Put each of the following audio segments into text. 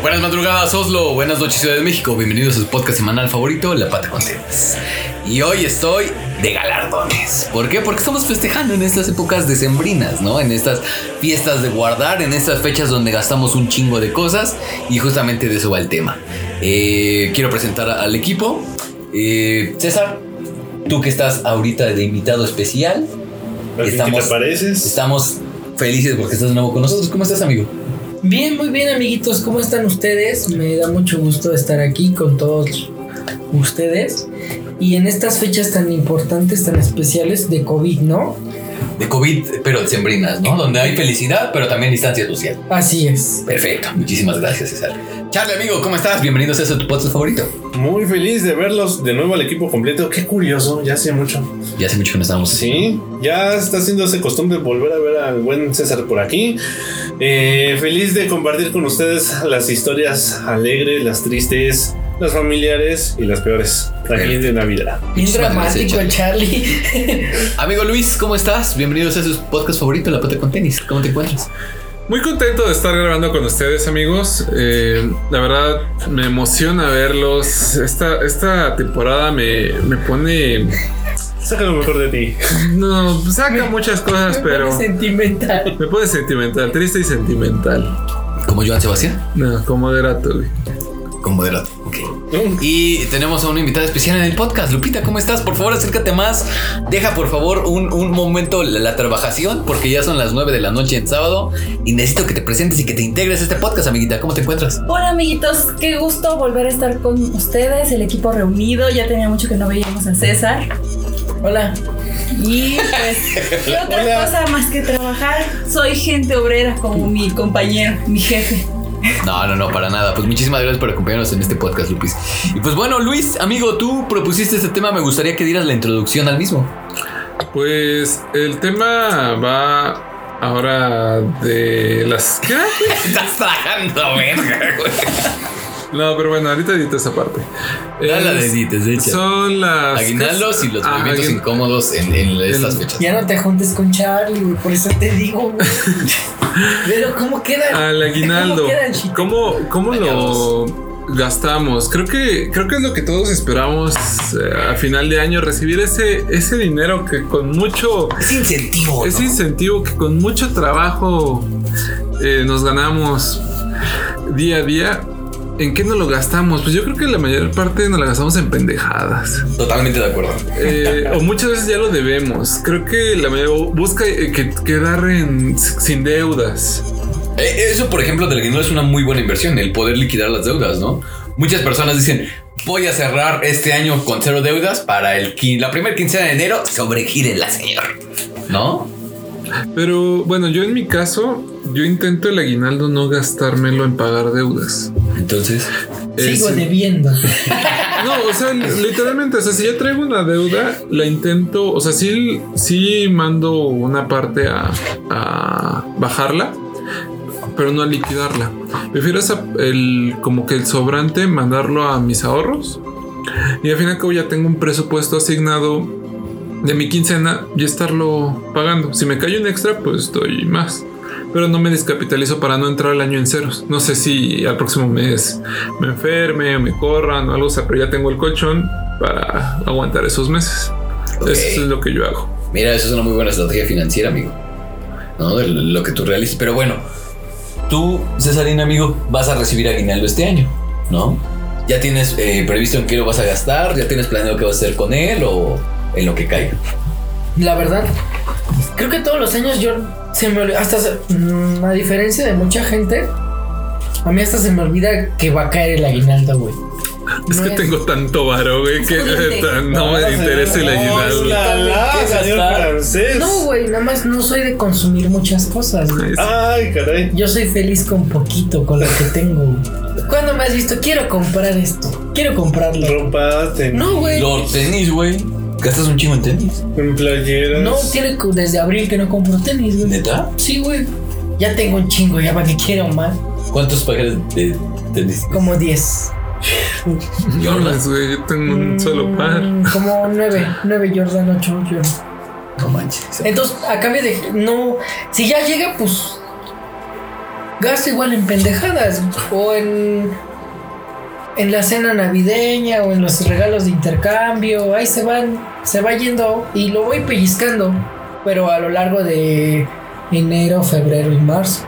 Buenas madrugadas, Oslo. Buenas noches, Ciudad de México. Bienvenidos a su podcast semanal favorito, La Pata con Temas. Y hoy estoy de galardones. ¿Por qué? Porque estamos festejando en estas épocas decembrinas, ¿no? En estas fiestas de guardar, en estas fechas donde gastamos un chingo de cosas. Y justamente de eso va el tema. Eh, quiero presentar al equipo. Eh, César, tú que estás ahorita de invitado especial. ¿Qué Estamos- te pareces? Estamos felices porque estás de nuevo con nosotros. ¿Cómo estás, amigo? Bien, muy bien amiguitos, ¿cómo están ustedes? Me da mucho gusto estar aquí con todos ustedes. Y en estas fechas tan importantes, tan especiales de COVID, ¿no? de COVID, pero sembrinas, ¿no? Donde hay felicidad, pero también distancia social. Así es. Perfecto, muchísimas gracias, César. Charlie, amigo, ¿cómo estás? Bienvenidos a eso, tu podcast favorito. Muy feliz de verlos de nuevo al equipo completo. Qué curioso, ya hace mucho. Ya hace mucho que no estábamos. Sí, ya está haciéndose costumbre volver a ver al buen César por aquí. Eh, feliz de compartir con ustedes las historias alegres, las tristes, las familiares y las peores. Aquí de Navidad. Bien Muchísimas dramático, gracias, Charlie. Amigo Luis, ¿cómo estás? Bienvenidos a su podcast favorito, La Pata con Tenis. ¿Cómo te encuentras? Muy contento de estar grabando con ustedes, amigos. Eh, la verdad, me emociona verlos. Esta, esta temporada me, me pone. Saca lo mejor de ti. No, saca muchas cosas, pero. Sentimental. Me pone sentimental, triste y sentimental. Como Joan Sebastián. No, como era tú. Con moderato. Ok. Y tenemos a una invitada especial en el podcast. Lupita, ¿cómo estás? Por favor, acércate más. Deja, por favor, un, un momento la, la trabajación, porque ya son las 9 de la noche en sábado y necesito que te presentes y que te integres a este podcast, amiguita. ¿Cómo te encuentras? Hola amiguitos, qué gusto volver a estar con ustedes, el equipo reunido, ya tenía mucho que no veíamos a César Hola. y pues qué otra Hola. cosa más que trabajar, soy gente obrera como mi compañero, mi jefe. No, no, no, para nada. Pues muchísimas gracias por acompañarnos en este podcast, Lupis. Y pues bueno, Luis, amigo, tú propusiste este tema. Me gustaría que dieras la introducción al mismo. Pues el tema va ahora de las. ¿Qué? Estás trabajando, verga, güey. No, pero bueno, ahorita edito esa parte. Dale la Es- dedites, echa. Son las. Aguinaldos y los Ah, movimientos aguin- incómodos en, en estas El- fechas. Ya no te juntes con Charlie, güey, por eso te digo, güey. Pero ¿cómo queda? Al aguinaldo. ¿Cómo quedan, chicos? ¿Cómo, cómo lo gastamos? Creo que, creo que es lo que todos esperamos eh, a final de año, recibir ese, ese dinero que con mucho, Es incentivo. ese ¿no? incentivo que con mucho trabajo eh, nos ganamos día a día. ¿En qué nos lo gastamos? Pues yo creo que la mayor parte nos la gastamos en pendejadas. Totalmente de acuerdo. Eh, o muchas veces ya lo debemos. Creo que la mayor busca eh, que quedar en- sin deudas. Eh, Eso, por ejemplo, del dinero es una muy buena inversión, el poder liquidar las deudas, ¿no? Muchas personas dicen, voy a cerrar este año con cero deudas para el quin- la primera quincena de enero, sobregírenla, señor. ¿No? Pero bueno, yo en mi caso, yo intento el aguinaldo no gastármelo en pagar deudas. Entonces, Eh, Sigo sí. debiendo. No, o sea, literalmente, o sea, si yo traigo una deuda, la intento, o sea, sí, sí mando una parte a, a bajarla, pero no a liquidarla. Prefiero esa, el, como que el sobrante mandarlo a mis ahorros. Y al fin y al cabo ya tengo un presupuesto asignado de mi quincena y estarlo pagando. Si me cae un extra, pues doy más. Pero no me descapitalizo para no entrar el año en ceros. No sé si al próximo mes me enferme o me corran o algo, o sea, pero ya tengo el colchón para aguantar esos meses. Ok. Eso es lo que yo hago. mira, eso es una muy buena estrategia financiera, amigo. ¿No? De lo que tú realices. Pero bueno, tú, Cesarín, amigo, vas a recibir aguinaldo este año, ¿no? ¿Ya tienes eh, previsto en qué lo vas a gastar? ¿Ya tienes planeado qué vas a hacer con él o en lo que caiga? La verdad, creo que todos los años yo se me olvida, hasta se- mm, a diferencia de mucha gente, a mí hasta se me olvida que va a caer el aguinaldo, güey. Es No que es- tengo tanto varo, güey, que Pudiente. neta, no me interesa el aguinaldo. la, la, señor francés. No, güey, nada más no soy de consumir muchas cosas, güey. Ay, sí. Ay, caray. Yo soy feliz con poquito, con lo que tengo. güey. ¿Cuándo me has visto? Quiero comprar esto. Quiero comprarlo. Ropa, ten- No, güey. Los tenis, güey. ¿Gastas un chingo en tenis? en playeras. No, tiene cu- desde abril que no compro tenis, güey. ¿Neta? Sí, güey. Ya tengo un chingo, ya para que quiero más. ¿Cuántos pares de tenis? Como 10. No, pues, güey, yo tengo un solo par. Mm, Como 9. 9 Jordan, 8 Jordan. No manches. Entonces, a cambio de. No. Si ya llega, pues. gasta igual en pendejadas o en en la cena navideña o en los regalos de intercambio, ahí se van, se va yendo y lo voy pellizcando, pero a lo largo de enero, febrero y marzo.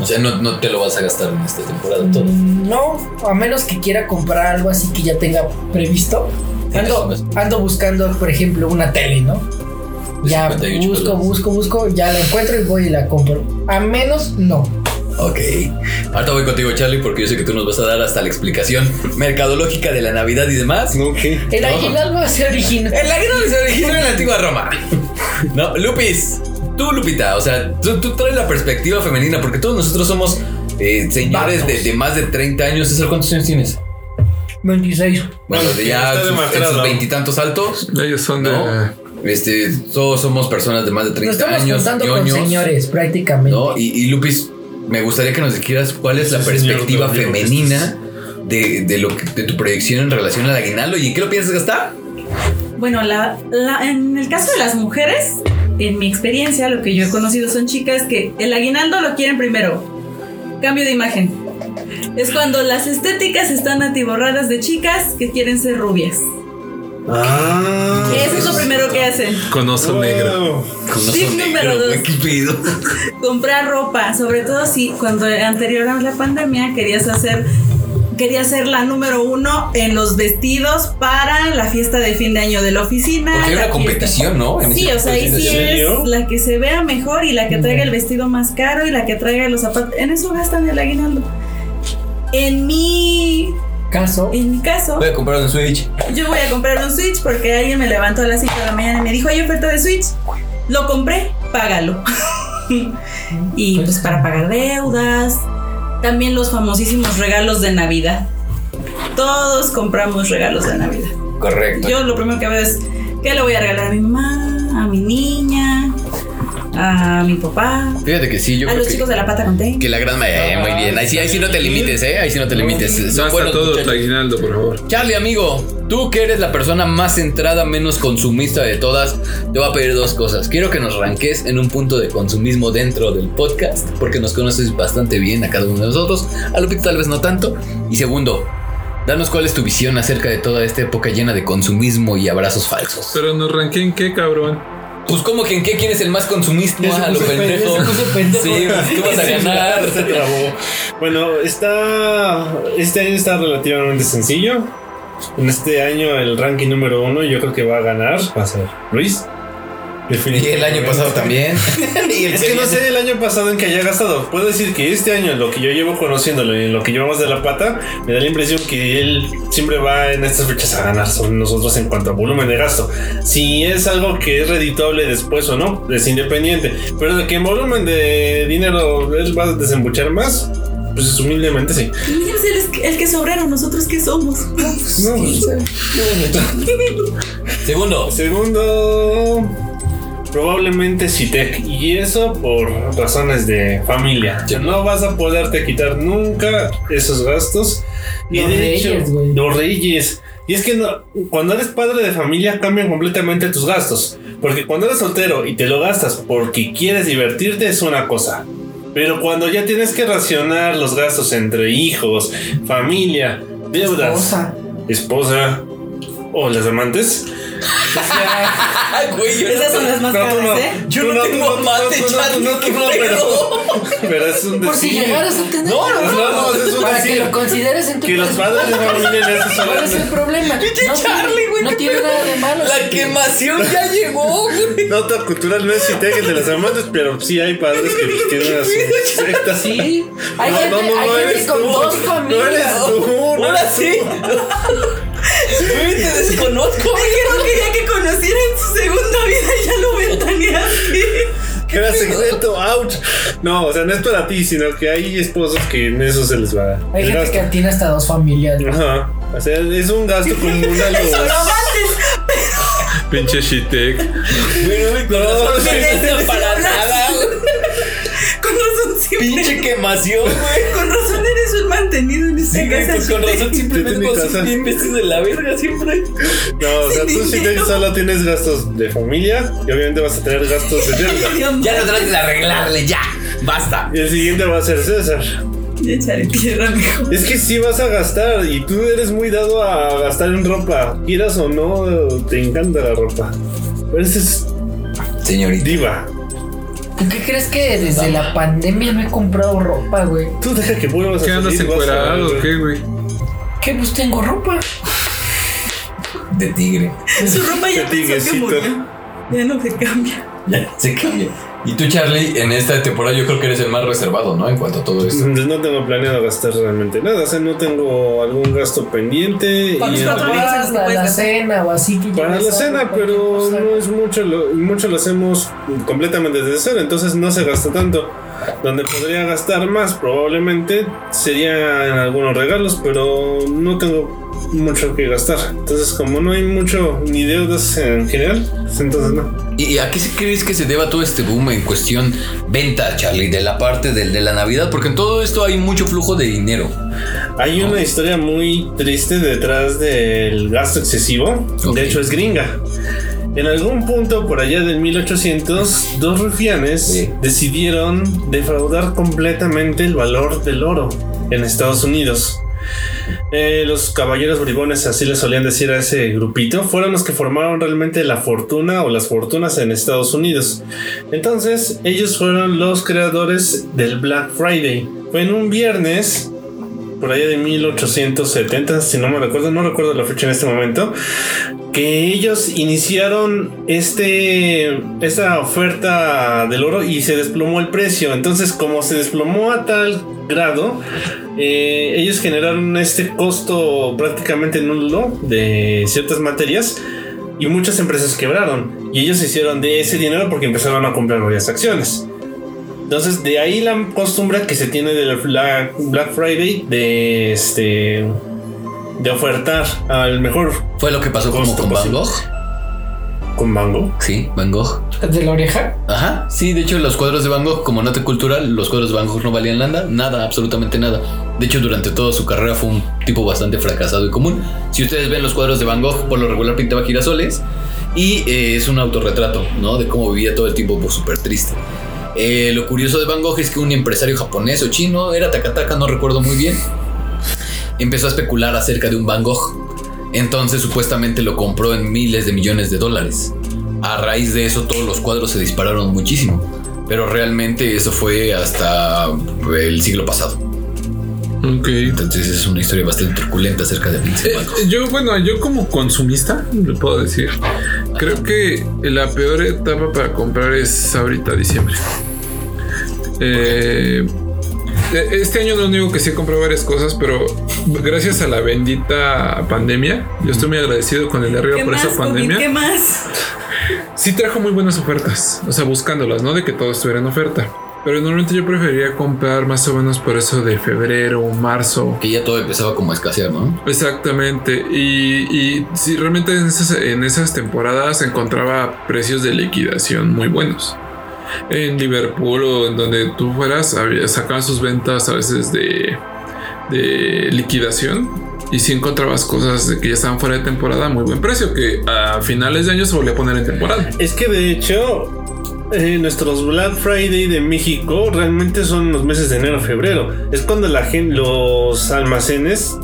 O sea, no, no te lo vas a gastar en esta temporada todo. Mm, No, a menos que quiera comprar algo así que ya tenga previsto. Ando, ando buscando, por ejemplo, una tele, ¿no? De Ya 58 busco, dólares. busco, busco, ya la encuentro y voy y la compro. A menos, no. Ok. Ahorita voy contigo, Charlie, porque yo sé que tú nos vas a dar hasta la explicación mercadológica de la Navidad y demás. No, ¿qué? El aguinaldo se originó. El aguinaldo se originó en la antigua Roma. No, Lupis, tú, Lupita, o sea, tú, tú traes la perspectiva femenina, porque todos nosotros somos eh, señores de, Vatos. de más de 30 años. César, ¿cuántos años tienes? 26. Bueno, Bueno, ya está sus- en sus demacrado. veintitantos altos, Ellos son ¿no? de. Este, todos somos personas de más de 30 Nos estamos años, contando con ñoños, señores, prácticamente. ¿no? Y, y, Lupis, me gustaría que nos dijeras cuál es la Sí, señor, perspectiva te lo digo este que femenina de, de lo que- de tu proyección en relación al aguinaldo y en qué lo piensas gastar. Bueno, la, la- en el caso de las mujeres, en mi experiencia, lo que yo he conocido son chicas que el aguinaldo lo quieren primero. Cambio de imagen. Es cuando las estéticas están atiborradas de chicas que quieren ser rubias. Ah. Eso es lo primero que hacen. Con oso Wow. negro. Con Tip oso número negro, dos. güey, ¿Qué pedo? Comprar ropa, sobre todo si cuando anterior a la pandemia querías hacer querías ser la número uno en los vestidos para la fiesta de fin de año de la oficina. Porque hay la una fiesta- competición, ¿no? Oh, En Pues Sí, ese- o sea, ahí en ese- sí ¿En serio? es la que se vea mejor y la que traiga el vestido más caro y la que traiga los zapatos. En eso gastan el aguinaldo. En mi, Caso. en mi caso, Voy a comprar un Switch. yo voy a comprar un Switch porque alguien me levantó a las 5 de la mañana y me dijo, hay oferta de Switch. Lo compré, págalo. y pues para pagar deudas. También los famosísimos regalos de Navidad. Todos compramos regalos de Navidad. Correcto. Yo lo primero que veo es qué le voy a regalar a mi mamá, a mi niña, a mi papá, Fíjate que sí, yo a creo los que, chicos de la pata con té. que la gran mayoría. muy bien. Ahí sí, ahí sí no te limites, ¿eh? Ahí sí no te limites. Son Gasta buenos todo tu muchachos. aguinaldo, por favor. Charlie, amigo, tú que eres la persona más centrada, menos consumista de todas, te voy a pedir dos cosas. Quiero que nos ranques en un punto de consumismo dentro del podcast, porque nos conoces bastante bien a cada uno de nosotros. A Lupita tal vez no tanto. Y segundo, danos cuál es tu visión acerca de toda esta época llena de consumismo y abrazos falsos. Pero nos ranqueen qué, cabrón. Pues como que en qué quién es el más consumista, Ya se a lo puso pen- pendejo. ya se puso pendejo. Sí, pues tú vas a Sí, ganar. Se trabó. Bueno, está. Este año está relativamente sencillo. En este año el ranking número uno, yo creo que va a ganar. Va a ser Luis. Y el año pasado también. y el Es que no sé el año pasado en que haya gastado. Puedo decir que este año, en lo que yo llevo conociéndolo y en lo que llevamos de la pata, me da la impresión que él siempre va en estas fechas a ganar sobre nosotros en cuanto a volumen de gasto. Si es algo que es redituable después o no, es independiente. Pero de que en volumen de dinero él va a desembuchar más, pues humildemente sí. Él es el, que- el que es obrero, nosotros qué somos. No, pues, Segundo, Segundo, probablemente Citec. Y eso por razones de familia. Sí. No vas a poderte quitar nunca esos gastos. Los reyes, güey. los reyes. Y es que no- cuando eres padre de familia cambian completamente tus gastos. Porque cuando eres soltero y te lo gastas porque quieres divertirte es una cosa. Pero cuando ya tienes que racionar los gastos entre hijos, familia, deudas, Esposa. esposa o las amantes, Ay, güey, yo no- Esas son las más No, tú no. caras, ¿eh? Yo Tú no, no, tengo tú no, tú amante, no, tú no, Charlie. tú no, ¿qué tú no, pedo? Pero es un Por si decir. llegaras a tener. Pues No, No, no, no, es un Para que decir. lo consideres en tu Que los padres de familia en eso ¿Cuál es el solamente- problema? Pinche No, Charlie, güey, no qué tiene pedo. nada de malo. La quemación ya llegó, güey. Nota cultural no es si te de las amantes, pero sí hay padres que pues, tienen a sus sectas. Sí. Hay No, gente, no, no, hay no gente eres con tú. dos No eres familias. tú. no Ahora eres sí. Güey, te desconozco. Yo no quería que conocieran su segunda vida y ya lo ventaneé así. tú, Que eras secreto, ouch. No, o sea, no es para ti, sino que hay esposos que en eso se les va. Hay el gente gasto. que tiene hasta dos familias. Ajá. O sea, es un gasto común a los. Pinche Shitek. Güey, no me conozco. No, No, sí, para sí, nada, güey. Con razón siempre. Pinche quemación, güey. Con razón eres un mantenido en esta Sí, güey, casa. pues con razón Yo simplemente tenía vas casa. bien vestido de la verga siempre. No, o sea, Sin tú sí que dinero. solo tienes gastos de familia y obviamente vas a tener gastos de deuda. Ay, Dios mío. Ya no trates de arreglarle, ya. Basta. Y el siguiente va a ser César. Échale tierra, mijo. Es que sí vas a gastar y tú eres muy dado a gastar en ropa. Quieras o no, te encanta la ropa. Pareces Señorita. diva. ¿Tú qué crees que Pues desde la pandemia no he comprado ropa, güey? Tú deja que vuelvas a ¿Qué andas salir, vas a encuerado ver, o qué, güey? ¿Qué? Pues tengo ropa. De tigre. Su ropa ya pensó que Tigrecito. murió. Ya no se cambia. Ya, se cambia. Y tú, Charlie, en esta temporada yo creo que eres el más reservado, ¿no? En cuanto a todo esto. Pues No tengo planeado gastar realmente nada, o sea, no tengo algún gasto pendiente. Para y tus en- cuatro días. Vas a la cena o así que Para la llevas cena, algo, pero cualquier no cosa. es mucho, lo, mucho lo hacemos completamente desde cero, entonces no se gasta tanto. Donde podría gastar más probablemente sería en algunos regalos, pero no tengo mucho que gastar. Entonces como no hay mucho ni deudas en general, pues entonces no. ¿Y y a qué se- crees que se deba todo este boom en cuestión venta, Charlie, de la parte del de la Navidad? Porque en todo esto hay mucho flujo de dinero. Hay una historia muy triste detrás del gasto excesivo, Ok. de hecho es gringa. En algún punto por allá del 1800, dos rufianes Sí. decidieron defraudar completamente el valor del oro en Estados Unidos. Eh, los caballeros bribones, así le solían decir a ese grupito, fueron los que formaron realmente la fortuna o las fortunas en Estados Unidos. Entonces, ellos fueron los creadores del Black Friday. Fue en un viernes, por allá de 1870, si no me recuerdo, no recuerdo la fecha en este momento, que ellos iniciaron este esta oferta del oro y se desplomó el precio. Entonces, como se desplomó a tal grado, eh, ellos generaron este costo prácticamente nulo de ciertas materias y muchas empresas quebraron. Y ellos se hicieron de ese dinero porque empezaron a comprar varias acciones. Entonces, de ahí la costumbre que se tiene del Black, Black Friday de este de ofertar al mejor Fue lo que pasó como Costo con Van posible. Gogh. con mango. Sí, Van Gogh. ¿De la oreja? Ajá. Sí, de hecho, los cuadros de Van Gogh, como nota cultural, los cuadros de Van Gogh no valían nada, nada, absolutamente nada. De hecho, durante toda su carrera fue un tipo bastante fracasado y común. Si ustedes ven los cuadros de Van Gogh, por lo regular pintaba girasoles y eh, es un autorretrato, ¿no? De cómo vivía todo el tiempo, pues súper triste. Eh, lo curioso de Van Gogh es que un empresario japonés o chino, era Takataka, no recuerdo muy bien, empezó a especular acerca de un Van Gogh. Entonces supuestamente lo compró en miles de millones de dólares. A raíz de eso todos los cuadros se dispararon muchísimo. Pero realmente eso fue hasta el siglo pasado. Ok. Entonces es una historia bastante truculenta acerca de Vincent Eh, Van Gogh. yo, bueno, yo como consumista, le puedo decir, creo que la peor etapa para comprar es ahorita diciembre. Eh, eh, este año lo único que sí he comprado varias cosas, pero gracias a la bendita pandemia, yo estoy muy agradecido con el de arriba ¿Qué por más, esa COVID? pandemia. ¿Qué más? sí trajo muy buenas ofertas, o sea, buscándolas, ¿no? De que todo estuviera en oferta. Pero normalmente yo preferiría comprar más o menos por eso de febrero o marzo. Que ya todo empezaba como a escasear, ¿no? Exactamente. Y, y sí, realmente en esas, en esas temporadas encontraba precios de liquidación muy buenos. En Liverpool o en donde tú fueras, había- sacaban sus ventas a veces de, de liquidación. Y si encontrabas cosas de que ya estaban fuera de temporada, a muy buen precio, que a finales de año se volvía a poner en temporada. Es que de hecho, eh, nuestros Black Friday de México realmente son los meses de enero, febrero. Es cuando la gente, los almacenes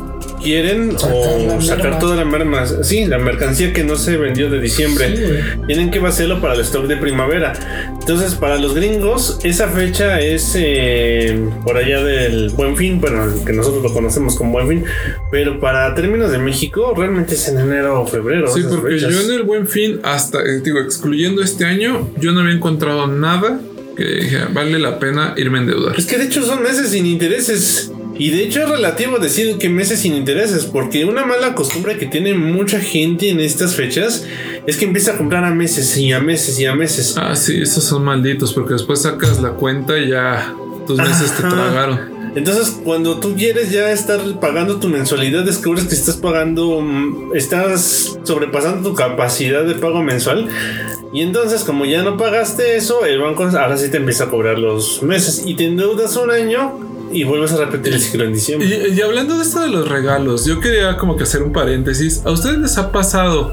quieren Sacar la o merma. sacar toda la merma, sí, la mercancía que no se vendió de diciembre. Sí, güey. Tienen que vaciarlo para el stock de primavera. Entonces, para los gringos, esa fecha es eh, por allá del Buen Fin, bueno, el que nosotros lo conocemos como Buen Fin, pero para términos de México, realmente es en enero o febrero. Sí, esas porque fechas. yo en el buen fin, hasta, eh, digo, excluyendo este año, yo no había encontrado nada que dije, vale la pena irme a endeudar. Es que de hecho son meses sin intereses. Y de hecho es relativo decir que meses sin intereses, porque una mala costumbre que tiene mucha gente en estas fechas es que empieza a comprar a meses y a meses y a meses. Ah, sí, esos son malditos, porque después sacas la cuenta y ya tus meses te Ajá. tragaron. Entonces, cuando tú quieres ya estar pagando tu mensualidad, descubres que estás pagando, mm, estás sobrepasando tu capacidad de pago mensual. Y entonces, como ya no pagaste eso, el banco ahora sí te empieza a cobrar los meses y te endeudas un año y vuelves a repetir el ciclo en diciembre. Y, y hablando de esto de los regalos, yo quería como que hacer un paréntesis. ¿A ustedes les ha pasado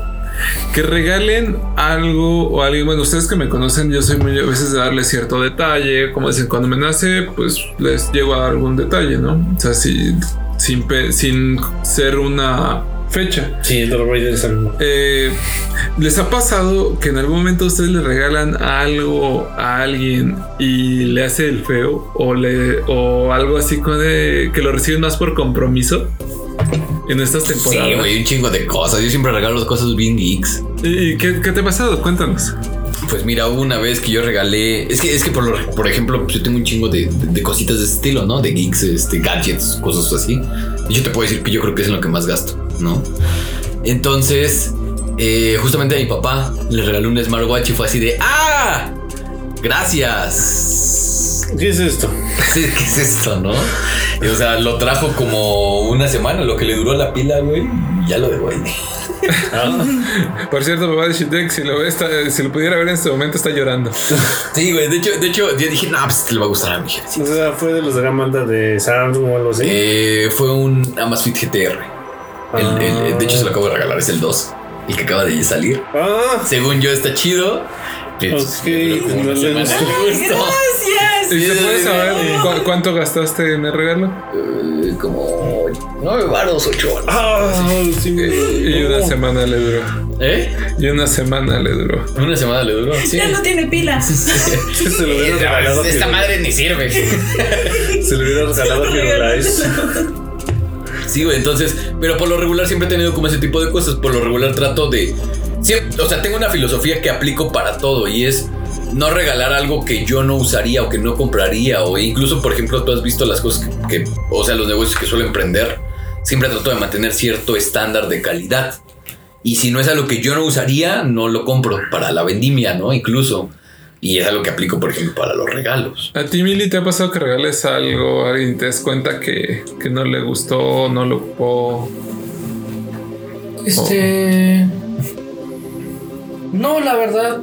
que regalen algo o alguien? Bueno, ustedes que me conocen, yo soy muy a veces de darle cierto detalle. Como dicen, cuando me nace, pues les llego a dar algún detalle, ¿no? O sea, si- sin, pe- sin ser una fecha. Sí, el Darth Vader es el mismo. Eh, ¿Les ha pasado que en algún momento ustedes le regalan algo a alguien y le hace el feo? O, le, o algo así como de que lo reciben más por compromiso en estas Sí, temporadas. güey, un chingo de cosas. Yo siempre regalo cosas bien geeks. ¿Y y qué, qué te ha pasado? Cuéntanos. Pues mira, hubo una vez que yo regalé. Es que, es que por, lo- por ejemplo, pues yo tengo un chingo de, de- de cositas de ese estilo, ¿no? De geeks, este, gadgets, cosas así. Y yo te puedo decir que yo creo que es en lo que más gasto, ¿no? Entonces, eh, justamente a mi papá le regaló un smartwatch y fue así de ¡Ah! Gracias. ¿Qué es esto? Sí, ¿Qué es esto, no? Y, o sea, lo trajo como una semana, lo que le duró la pila, güey. y Ya lo devuelve. Ah. Por cierto, papá de Shitek, si lo, ve, está- si lo pudiera ver en este momento, está llorando. Sí, güey. De hecho, de hecho, yo dije, no, pues te le va a gustar a mi hija. O sea, fue de los de gama alta de Samsung o algo así. Eh, fue un Amazfit GTR. El- el- de hecho, se lo acabo de regalar, es el 2, el que acaba de salir. Ah, Según yo, está chido. Eh, ok. No le gustó. ¿Y Gracias. se Sí, puede sí, saber cu- cuánto gastaste en el regalo? Eh, como 9 baros, 8 baros. Ah, sí. Y una semana le duró. ¿Eh? Y una semana le duró. Una semana le duró. Sí. Ya no tiene pilas. Se lo hubiera regalado. Esta madre ni sirve. Se lo hubiera regalado a Firulais. Sí, güey, entonces, pero por lo regular siempre he tenido como ese tipo de cosas. Por lo regular trato de. siem- o sea, tengo una filosofía que aplico para todo y es no regalar algo que yo no usaría o que no compraría. O incluso, por ejemplo, tú has visto las cosas que. que- o sea, los negocios que suelo emprender. Siempre trato de mantener cierto estándar de calidad. Y si no es algo que yo no usaría, no lo compro para la vendimia, ¿no? Incluso. Y es algo que aplico, por ejemplo, para los regalos. ¿A ti, Mili, te ha pasado que regales algo a alguien y te des cuenta que, que no le gustó, no lo ocupó? Este. No, la verdad.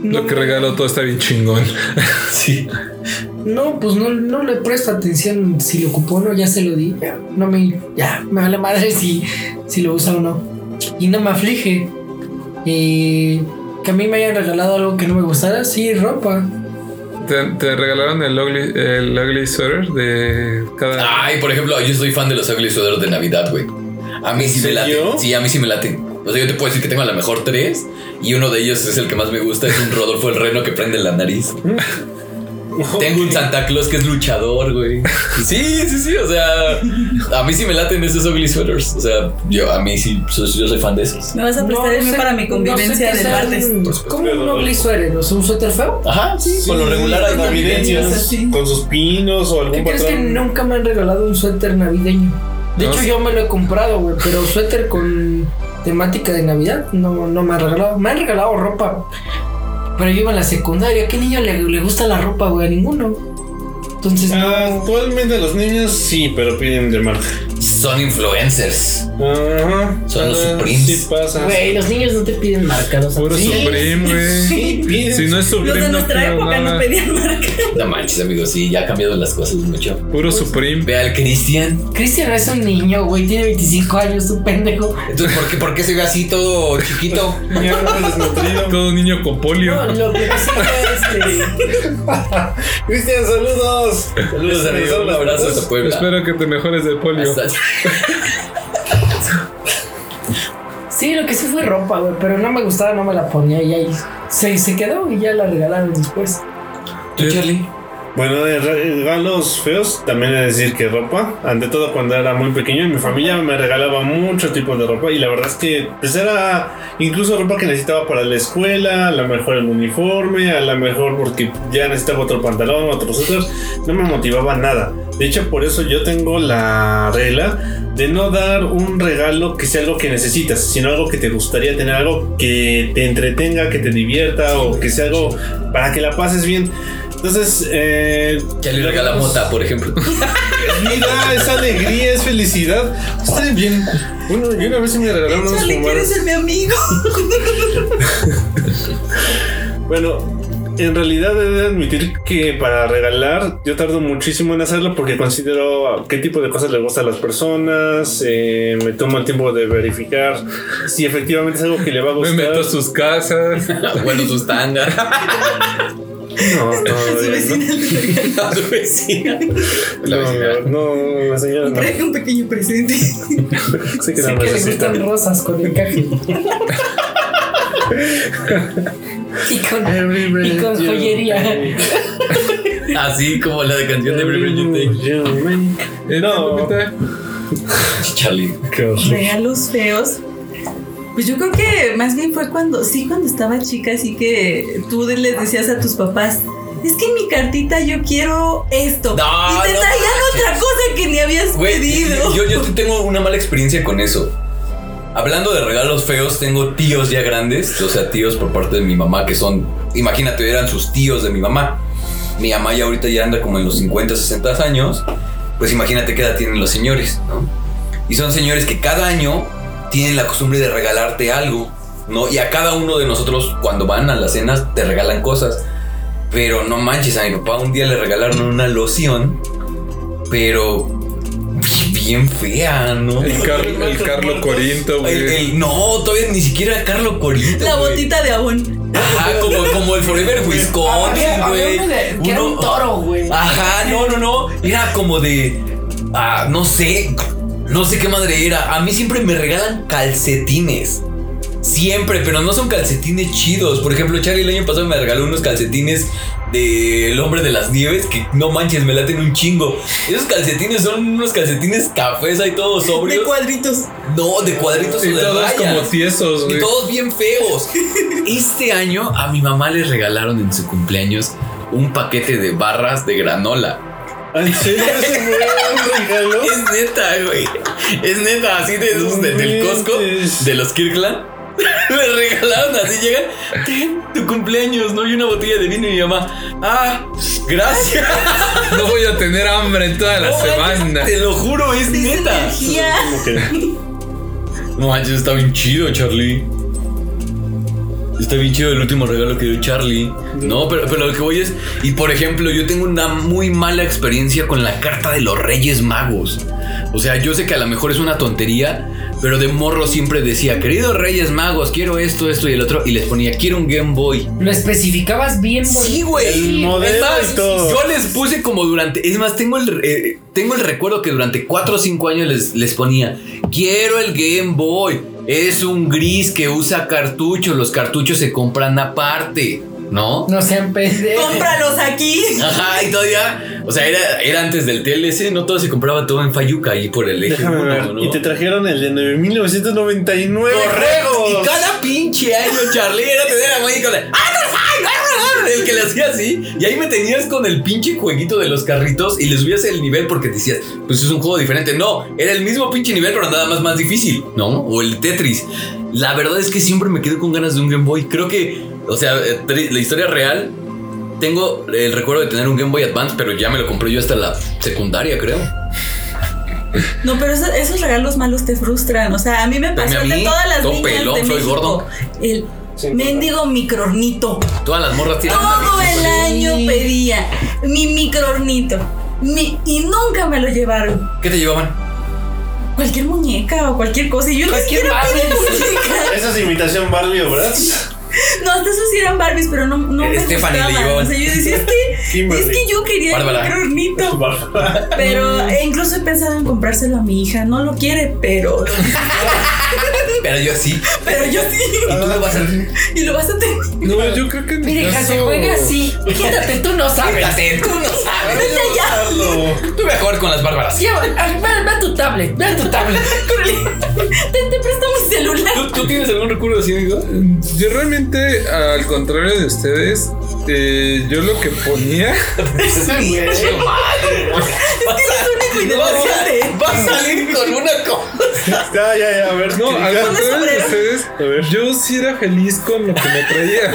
No, Lo que regaló todo está bien chingón. Sí. No, pues no, no le presto atención si lo ocupó o no, ya se lo di. Ya, no me. Ya, me vale madre si, si lo usa o no. Y no me aflige. Eh, que a mí me hayan regalado algo que no me gustara, sí, ropa. ¿Te, te regalaron el ugly, el ugly sweater de cada... Ay, Ah, por ejemplo, yo soy fan de los ugly sweaters de Navidad, güey. A mí sí me ¿En late. serio? Sí, a mí sí me late. O sea, yo te puedo decir que tengo a lo mejor tres y uno de ellos es el que más me gusta, es un Rodolfo el Reno que prende la nariz. Tengo un Santa Claus que es luchador, güey. Sí, sí, sí, o sea, a mí sí me laten esos ugly sweaters. O sea, yo a mí sí, so- yo soy fan de esos. Me vas a prestar el mío para mi convivencia del martes. ¿Cómo un ugly sweater? ¿O sea, un suéter feo? Ajá, sí, por lo regular hay sí, navideños. sí, sí. Con sus pinos o ¿Qué algún crees que patrón. nunca me han regalado un suéter navideño? De No. hecho, yo me lo he comprado, güey, pero suéter con temática de Navidad no, no me han regalado. Me han regalado ropa, pero yo iba en la secundaria. ¿Qué niño le, le gusta la ropa, güey? A ninguno. Entonces, Ah, no. Actualmente los niños sí, pero piden de marca. Son influencers. Ajá. Son los Ah, Supremes. Sí pasa. güey, los niños no te piden marcados. Puro Sí. Supreme, güey. Sí, piden. Si no es Los Supreme, de no nuestra quiero época nos nada. pedían marca. No manches, amigos, sí, ya ha cambiado las cosas mucho. Puro Supreme. Ve al Cristian. Cristian es un niño, güey, tiene 25 años, un pendejo. Entonces, ¿por qué, ¿por qué se ve así todo chiquito? Mierda, desnutrido. Todo niño con polio. No, lo que sí es que este, Cristian, saludos. Saludos, amigos. Un abrazo hasta Puebla. Espero que te mejores del polio. Hasta- Sí, lo que sí fue ropa, güey, pero no me gustaba, no me la ponía y ahí se, se quedó y ya la regalaron después. ¿Tú, Charlie? Bueno, de regalos feos, también he de decir que ropa. Ante todo, cuando era muy pequeño, mi familia me regalaba muchos tipos de ropa. Y la verdad es que, pues era incluso ropa que necesitaba para la escuela, a lo mejor el uniforme, a lo mejor porque ya necesitaba otro pantalón, otro suéter. No me motivaba nada. De hecho, por eso yo tengo la regla de no dar un regalo que sea algo que necesitas, sino algo que te gustaría tener, algo que te entretenga, que te divierta o que sea algo para que la pases bien. Entonces, eh, Charlie regala mota, por ejemplo. Mira, es alegría, es felicidad. Está bien. Uno, yo una vez sí me regalaron unos Charlie, fumados. ¿quieres ser mi amigo? Bueno, en realidad he de admitir que para regalar yo tardo muchísimo en hacerlo porque considero qué tipo de cosas le gusta a las personas, eh, me tomo el tiempo de verificar si efectivamente es algo que le va a Me gustar. meto a sus casas. Bueno, sus tangas. No, todavía Su vecina le regala A su vecina. La vecina. no, no, no, la señora un no. pre- un pequeño presente. Sí que no que le necesita. gustan rosas con encaje. y con, y con joyería. Así como la de canción de Every Breath You Eh, No. Lupita, Take. Charlie. Qué horror. Regalos feos. Pues yo creo que más bien fue cuando, sí, cuando estaba chica, así que tú de- les decías a tus papás, es que en mi cartita yo quiero No, esto. y te no traían manches. otra cosa que ni habías Güey, pedido. yo, yo tengo una mala experiencia con eso. Hablando de regalos feos, tengo tíos ya grandes, o sea, tíos por parte de mi mamá que son, imagínate, eran sus tíos de mi mamá. Mi mamá ya ahorita ya anda como en los 50, 60 años, pues imagínate qué edad tienen los señores, ¿no? Y son señores que cada año tienen la costumbre de regalarte algo, ¿no? Y a cada uno de nosotros cuando van a las cenas te regalan cosas. Pero no manches, a mi papá un día le regalaron una loción, pero bien fea, ¿no? el, Car- el Carlo Corinto, güey. El- el- no, todavía ni siquiera Carlo Corinto. La güey. botita de abón. Ajá, como, como el Forever Wisconsin, Había- había güey. uno de- que era un toro, güey. Ajá, no, no, no. Era como de. Ah, no sé. No sé qué madre era. A mí siempre me regalan calcetines. Siempre, pero no son calcetines chidos. Por ejemplo, Charlie el año pasado me regaló unos calcetines del hombre de las nieves que no manches, me laten un chingo. Esos calcetines son unos calcetines cafés ahí todos De sobrios. cuadritos. no, de cuadritos o Y de todos rayas. como tiesos, Y güey. todos bien feos. Este año a mi mamá le regalaron en su cumpleaños un paquete de barras de granola. ¿En serio ese fue un regalo? Es neta, güey. Es neta, así de esos de- del No Costco, inventes. de los Kirkland. Le regalaron así, llegan. Ten tu cumpleaños, ¿no? Y una botella de vino y mi mamá. Ah, gracias. No voy a tener hambre en toda la No manches, semana. Te lo juro, es Es neta. energía. Como que- No manches, está bien chido, Charlie. Está bien chido el último regalo que dio Charlie. No, pero, pero lo que voy es. Y por ejemplo, yo tengo una muy mala experiencia con la carta de los Reyes Magos. O sea, yo sé que a lo mejor es una tontería, pero de morro siempre decía, queridos Reyes Magos, quiero esto, esto y el otro. Y les ponía, quiero un Game Boy. Lo especificabas bien Sí, bonito. güey. El modelo Es más, y todo. Yo les puse como durante. Es más, tengo el, eh, tengo el recuerdo que durante 4 o 5 años les, les ponía: Quiero el Game Boy. Es un gris que usa cartucho. Los cartuchos se compran aparte, ¿no? No sean pendejos. Cómpralos aquí. Ajá, y todavía. O sea, era, era antes del TLC, no todo se compraba todo en Fayuca ahí por el eje. Déjame uno, ver. ¿no? Y te trajeron el de 1999. Correcto. Y ¡Correcos! cada pinche año, Charlie, era tener a Maggie con el. ¡Ah, no, ay, no, no, no", El que le hacía así. Y ahí me tenías con el pinche jueguito de los carritos y le subías el nivel porque decías, pues es un juego diferente. No, era el mismo pinche nivel, pero nada más más difícil, ¿no? O el Tetris. La verdad es que siempre me quedo con ganas de un Game Boy. Creo que, o sea, eh, tri- la historia real. Tengo el recuerdo de tener un Game Boy Advance, pero ya me lo compré yo hasta la secundaria, creo. No, pero eso- esos regalos malos te frustran. O sea, a mí me pasó a de mí, todas las todo niñas pelón, de soy México. gordo. El Sí, mendigo microornito. Todas las morras tiran. Todo el año Sí. pedía mi microornito. Mi, y nunca me lo llevaron. ¿Qué te llevaban? Cualquier muñeca o cualquier cosa. Y yo ni Cualquier siquiera pedí Barbies. muñeca. Esa es imitación Barbie, ¿verdad? No, hasta eso sí eran Barbies, pero no, no me Stephanie le gustaban. llevaban. O sea, yo decía, es que, Kimberly. es que yo quería Bárbara. el microornito. Bárbara. Pero e incluso he pensado en comprárselo a mi hija. No lo quiere, pero, Pero yo sí. pero yo sí. Y tú lo vas a Y lo vas a tener. No, yo creo que en mi Mira, hija, se caso- juega así. Quítate, tú no sabes. Cállate, tú no sabes. Vete allá. Carlo. Tú voy a jugar con las bárbaras. Sí, a- a- ve, ve a tu tablet, ve a tu tablet. Te, te presto mi celular. tienes algún recurso así, amigo? Yo realmente, al contrario de ustedes, eh, yo lo que ponía. ¡Qué madre! único y Vas a, detergente. vas a salir con una cosa. Ya, ya, ya, a ver. No, al ya. contrario de sombrero. ustedes, A ver. yo sí era feliz con lo que me traía.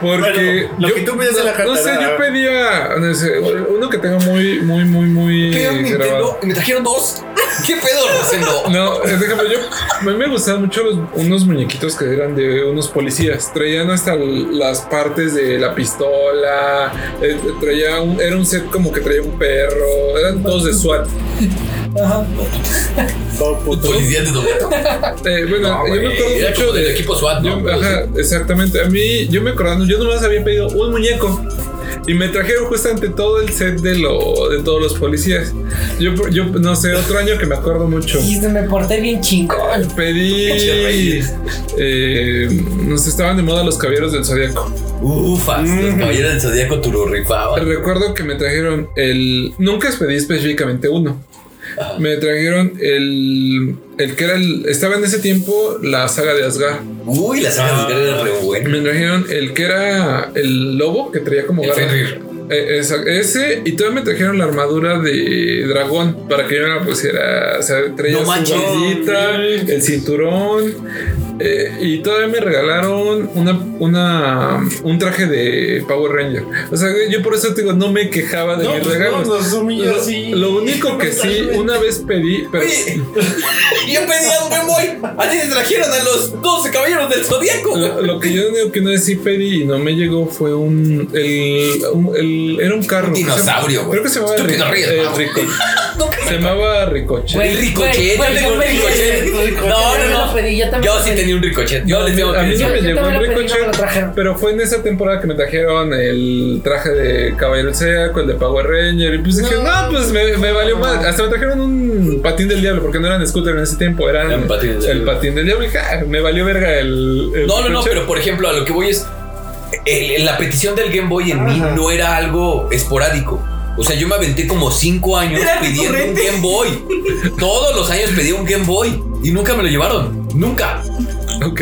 Porque. Bueno, lo yo- que tú pedías en la no- No carta sé, era- yo pedía. no sé, uno que tenga muy, muy, muy, muy. Pedí un grabado. Nintendo y me trajeron dos. ¿Qué pedo, Rosendo? No, eh, déjame yo. A mí me gustaban mucho los- unos muñequitos que eran de unos policías. Traían hasta l- las partes de la pistola. eh, traía un, era un set como que traía un perro. Eran todos de SWAT. Ajá. Policía de Dueto. Eh, bueno, yo me acuerdo Era mucho como del de. equipo SWAT, yo- ¿no? Pero ajá, exactamente. A mí, yo me acordando, yo nomás había pedido un muñeco. Y me trajeron justamente todo el set de lo de todos los policías. Yo, yo no sé, otro año que me acuerdo mucho. Y me porté bien chingón. Pinche Pedí. reyes. eh, nos estaban de moda los caballeros del zodiaco. Ufas, los caballeros del Zodíaco tururrifaban. Recuerdo que me trajeron el. Nunca pedí específicamente uno. Me trajeron el. El que era el. Estaba en ese tiempo la saga de Asgard. Uy, la saga de era re buena. Me trajeron el que era el lobo que traía como El garra. Fenrir. Eh, esa- ese y todavía me trajeron la armadura de dragón para que yo me la pusiera. O sea, traía No su manches. gordita, el cinturón. eh, y todavía me regalaron una, una, un traje de Power Ranger. O sea, yo por eso te digo, no me quejaba de No, mis pues regalos. no, nos humilla Lo- así. lo, único que sí, una vez pedí, pero Oye, Yo pedí a un Game Boy. A ti te trajeron a los 12 caballeros del Zodíaco. Lo, lo que yo digo que una vez sí pedí y no me llegó fue un. El, un- el- era un carro. Un dinosaurio, güey. Creo que se llamaba Estúpido, Ri- ríes, eh, mamá. Rico. Nunca Se llamaba Ricoche. El ricochet, güey, yo tengo yo un pedí- ricochet. ricochet, No, yo no, lo no. pedí, yo también Yo lo sí pedí. tenía un ricochet. Yo les tengo que a mí decir. no me Yo- yo llegó también un lo pedí, no Ricoche, me lo trajeron. pero fue en esa temporada que me trajeron el traje de Caballero del Zodiaco, el de Power Ranger. Y pues dije, no, pues me, me valió mal. Hasta me trajeron un patín del diablo, porque no eran scooter en ese tiempo, eran Eran patín del el diablo. patín del diablo. Y dije, "Ah, me valió verga el. el No, no, no, Ricoche". pero por ejemplo, a lo que voy es. eh, el- la petición del Game Boy en mí no era algo esporádico. O sea, yo me aventé como cinco años Era pidiendo un recurrente. Game Boy. Todos los años pedía un Game Boy y nunca me lo llevaron. Nunca. Ok.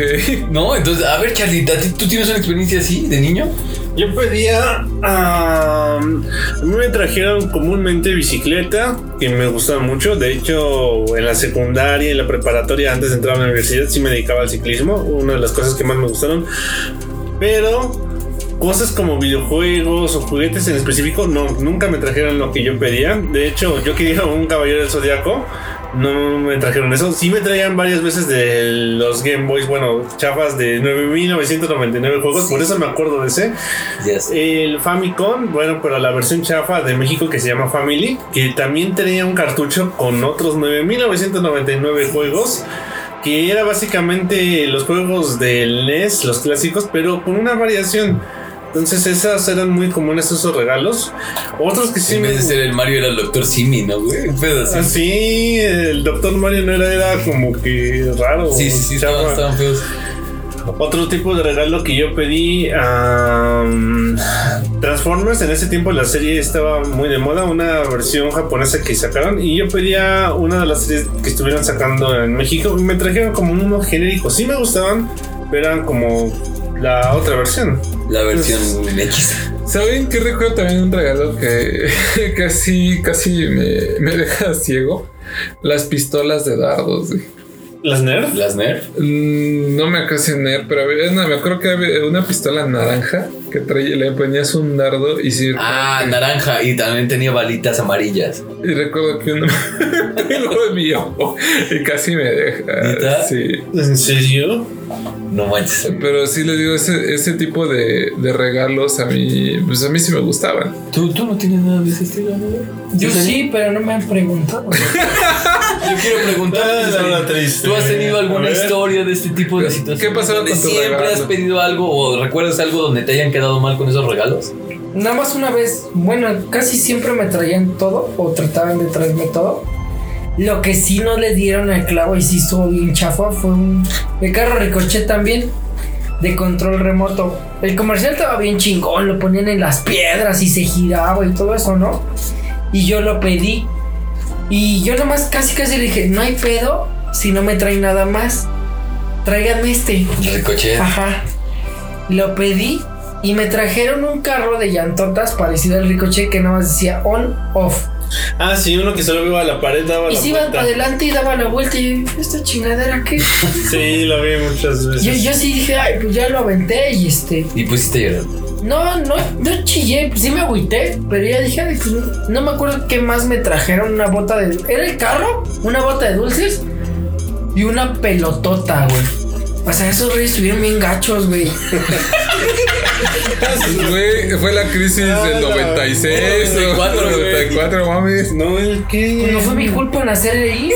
No, entonces, a ver, Charlie, ¿a ti- ¿tú tienes una experiencia así de niño? Yo pedía. ah, a mí me trajeron comúnmente bicicleta, que me gustaba mucho. De hecho, en la secundaria y la preparatoria, antes de entrar a la universidad, sí me dedicaba al ciclismo. Una de las cosas que más me gustaron. Pero cosas como videojuegos o juguetes en específico, no, nunca me trajeron lo que yo pedía. De hecho, yo quería un caballero del zodiaco. No me trajeron eso. Sí me traían varias veces de los Game Boys, bueno, chafas de 9.999 juegos. Por eso me acuerdo de ese. Ya sé. El Famicom, bueno, pero la versión chafa de México que se llama Family, que también tenía un cartucho con otros 9.999 juegos, que era básicamente los juegos del NES, los clásicos, pero con una variación. Entonces esas eran muy comunes esos regalos. Otros que sí Ah, en me... vez de ser el Mario, era el Doctor Simi, ¿no, güey? Un pedo así. Así, el Doctor Mario no era, era como que raro. Sí, sí, sí, chafa. estaban, estaban feos. Otro tipo de regalo que yo pedí am, Transformers en ese tiempo la serie estaba muy de moda, una versión japonesa que sacaron y yo pedía una de las series que estuvieran sacando en México y me trajeron como unos genéricos, sí me gustaban, pero eran como la otra versión. La versión X. ¿Saben qué recuerdo también un regalo que casi, casi me, me deja ciego? Las pistolas de dardos, güey. Las Nerf. Las Nerf. Mm, No me acuerdo si NER, pero había una- me acuerdo que había una pistola naranja que traía, le ponías un dardo y sí. Ah, naranja. Y también tenía balitas amarillas. Y recuerdo que uno pegó en mi ojo y casi me deja. ¿Neta? Sí. ¿En serio? No manches. Pero sí les digo, ese, ese tipo de, de regalos a mí, pues a mí sí me gustaban. ¿Tú, tú no tienes nada de ese estilo, ¿no? Yo sí, pero no me han preguntado. Yo quiero Ah, preguntarte. Isabel, ¿Tú has tenido alguna historia de este tipo de situaciones? ¿Qué pasaba donde con tu siempre regalo? has pedido algo o recuerdas algo donde te hayan quedado mal con esos regalos? Nada más una vez, bueno, casi siempre me traían todo o trataban de traerme todo. Lo que sí no le dieron al clavo y sí estuvo bien chafa fue un de carro ricochet también, de control remoto. El comercial estaba bien chingón, lo ponían en las piedras y se giraba y todo eso, ¿no? Y yo lo pedí. Y yo nada más casi casi le dije, no hay pedo si no me traen nada más. Tráiganme este. Ricochet. Ajá. Lo pedí y me trajeron un carro de llantotas parecido al Ricochet que nada más decía on, off. Ah, sí, uno que solo iba a la pared daba Y la se iban vuelta. para adelante y daba la vuelta y yo, ¿esta chingadera qué? Sí, lo vi muchas veces. yo, yo sí dije, ay, pues ya lo aventé y este. Y pusiste a llorar. No, no, no chillé, pues sí me agüité, pero ya dije, "Ay, pues, no me acuerdo qué más me trajeron, una bota de... ¿Era el carro? Una bota de dulces y una pelotota, güey. O sea, esos reyes estuvieron bien gachos, güey. Güey, fue la crisis Ah, del la- 96, 94, 94, güey. 94, mames. No, el que. No fue mi culpa nacer ahí.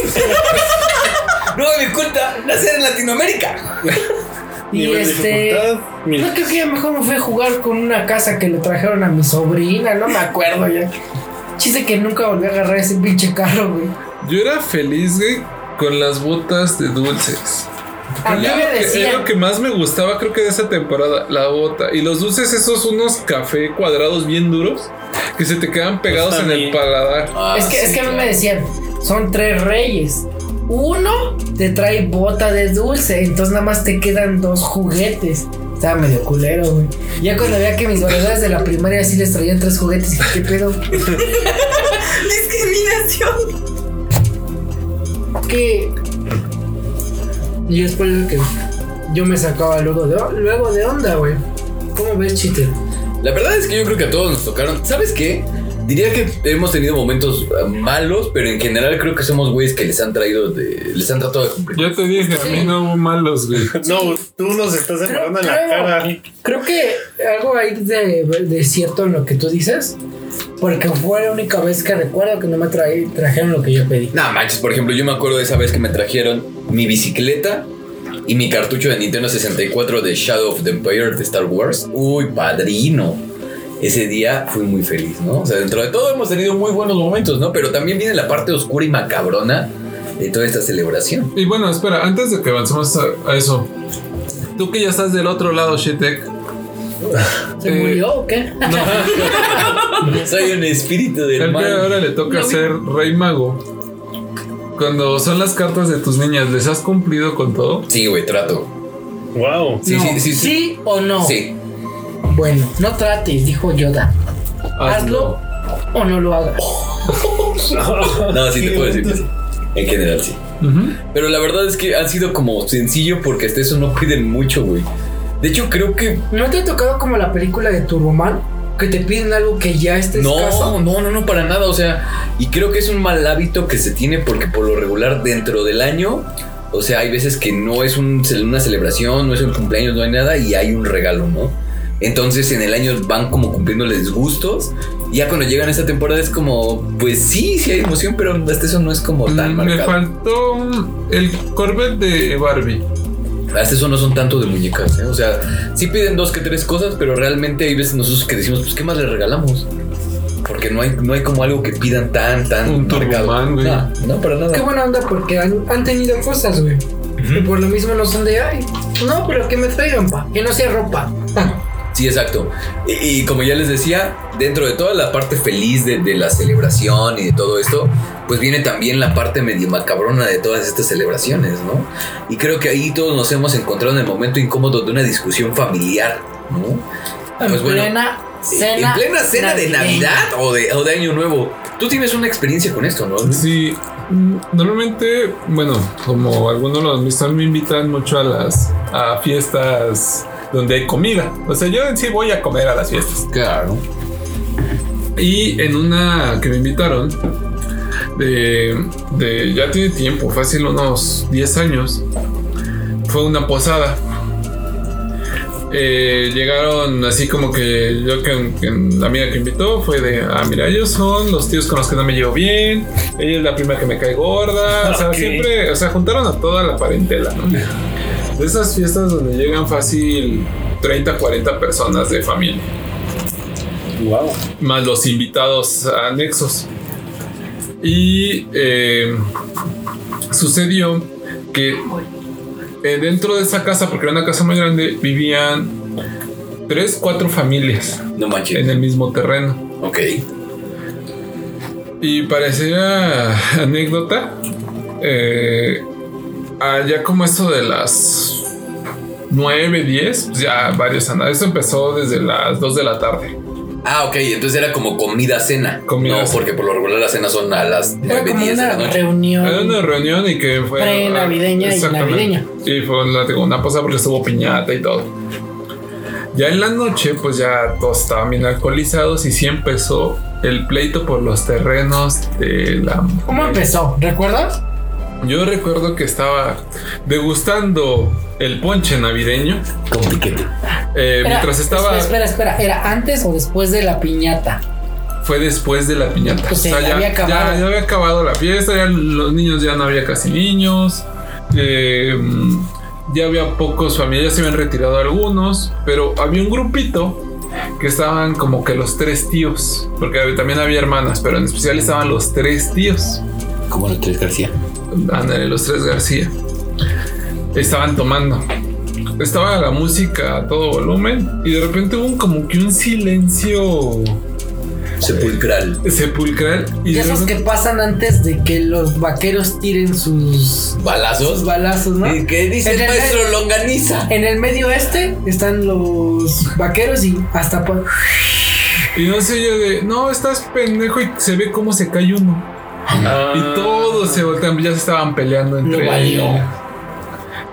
No, mi culpa, nacer en Latinoamérica. Y Nivel de este... dificultad, mil. No creo que ya mejor me fui a jugar con una casa que le trajeron a mi sobrina, no me acuerdo ya. Chiste que nunca volví a agarrar ese pinche carro, güey. Yo era feliz, güey, con las botas de dulces. A mí Era lo me que- decían. era lo que más me gustaba, creo que de esa temporada, la bota. Y los dulces, esos unos café cuadrados bien duros que se te quedan pegados Pues en el también. paladar. Ah, es que, es sí, que a mí claro. me decían, son tres reyes. Uno te trae bota de dulce, entonces nada más te quedan dos juguetes. Estaba medio culero, güey. Ya cuando veía que mis valedores de la primaria sí les traían tres juguetes, dije, ¿qué pedo? Discriminación. que y es por eso que yo me sacaba luego de on- luego de onda, güey. ¿Cómo ves, Chiter? La verdad es que yo creo que a todos nos tocaron. ¿Sabes qué? Diría que hemos tenido momentos eh, malos, pero en general creo que somos güeyes que les han traído de. les han tratado de cumplir. Ya te dije, a mí no hubo malos, güey. No, tú nos estás separando en la creo- cara. Creo que algo ahí de, de cierto en lo que tú dices, porque fue la única vez que recuerdo que no me traí- trajeron lo que yo pedí. No manches, por ejemplo, yo me acuerdo de esa vez que me trajeron mi bicicleta y mi cartucho de Nintendo 64 de Shadow of the Empire de Star Wars. Uy, padrino. Ese día fui muy feliz, ¿no? O sea, dentro de todo hemos tenido muy buenos momentos, ¿no? Pero también viene la parte oscura y macabrona de toda esta celebración. Y bueno, espera, antes de que avancemos a, a eso, tú que ya estás del otro lado, Shitek. ¿Se Eh, murió o qué? No, Soy un espíritu del el que mal. ahora le toca ser rey mago. Cuando son las cartas de tus niñas, ¿les has cumplido con todo? Sí, güey, trato. Wow. Sí, No. sí, sí, sí. o no? Sí. Bueno, no trates, dijo Yoda. Hazlo o no lo hagas. No, sí te puedo decir que sí. En general, sí. Ujú. Pero la verdad es que han sido como sencillo porque hasta eso no piden mucho, güey. De hecho, creo que. ¿No te ha tocado como la película de Turboman? Que te piden algo que ya esté escaso? No, no, no, no, para nada. O sea, y creo que es un mal hábito que se tiene porque por lo regular dentro del año. O sea, hay veces que no es un ce- una celebración, no es un cumpleaños, no hay nada y hay un regalo, ¿no? Entonces en el año van como cumpliéndoles gustos. Y ya cuando llegan a esta temporada es como, pues sí, sí hay emoción, pero hasta eso no es como tan Mm, Me marcado. faltó mm, el Corvette de Barbie. Hasta eso no son tanto de muñecas, ¿eh? O sea, sí piden dos que tres cosas, pero realmente hay veces nosotros que decimos, pues, ¿qué más les regalamos? Porque no hay, no hay como algo que pidan tan, tan Un Turboman, güey. No, no, para Qué nada. buena onda porque han, han tenido cosas, güey. Y por lo mismo no son de ay. No, pero que me traigan, pa. Que no sea ropa. Sí, exacto. Y, y como ya les decía, dentro de toda la parte feliz de, de la celebración y de todo esto, pues viene también la parte medio macabrona de todas estas celebraciones, ¿no? Y creo que ahí todos nos hemos encontrado en el momento incómodo de una discusión familiar, ¿no? En Pues bueno, plena cena. en plena cena de navideña. Navidad o de, o de Año Nuevo. Tú tienes una experiencia con esto, ¿no? Sí, mm, normalmente, bueno, como algunos lo han visto, a mí me invitan mucho a las a fiestas donde hay comida. O sea, yo en sí voy a comer a las fiestas. Claro. Y en una que me invitaron, de, de- ya tiene tiempo, fácil unos 10 años, fue una posada. Eh, llegaron así como que yo que, que la amiga que invitó fue de ah mira ellos son los tíos con los que no me llevo bien ella es la prima que me cae gorda o sea Ok. siempre o sea juntaron a toda la parentela ¿no? de esas fiestas donde llegan fácil 30 40 personas de familia Wow. más los invitados anexos. Y eh, sucedió que eh, dentro de esa casa, porque era una casa muy grande, vivían tres, cuatro familias No manches. en el mismo terreno. Ok. Y parecía anécdota, eh, allá como eso de las 9, 10, pues ya varios andaban. Eso empezó desde las 2 de la tarde. Ah, ok. Entonces era como comida cena. Comida no, cena. porque por lo regular las cenas son a las Era 9, como 10 de la una noche. Era una reunión. reunión y que fue. Pre-navideña y Exactamente. navideña. Y fue una, digo, una posada porque estuvo piñata y todo. Ya en la noche, pues ya todos estaban bien alcoholizados y sí empezó el pleito por los terrenos de la. ¿Cómo empezó? ¿Recuerdas? Yo recuerdo que estaba degustando el ponche navideño Con piquete. eh, Era- mientras estaba. Espera, espera, espera. ¿Era antes o después de la piñata? Fue después de la piñata. Pues se ya, había acabado. ya- ya había acabado la fiesta, ya los niños ya no había casi niños. eh, ya había pocos familiares, ya se habían retirado algunos, pero había un grupito que estaban como que los tres tíos, porque hab- también había hermanas, pero en especial estaban los tres tíos. Como los tres García. Ándale, los tres García. Estaban tomando. Estaba la música a todo volumen y de repente hubo un- como que un silencio Sepulcral. sepulcral. Y Y de esos repente- que pasan antes de que los vaqueros tiren sus, sus Balazos. balazos, ¿no? ¿Y qué dice En Eh, el el- maestro Longaniza? En el medio este están los vaqueros y hasta por... Y no sé yo de, no, estás pendejo y se ve cómo se cae uno. Y Ah. todos se voltean, ya se estaban peleando entre Lo valió. ellos.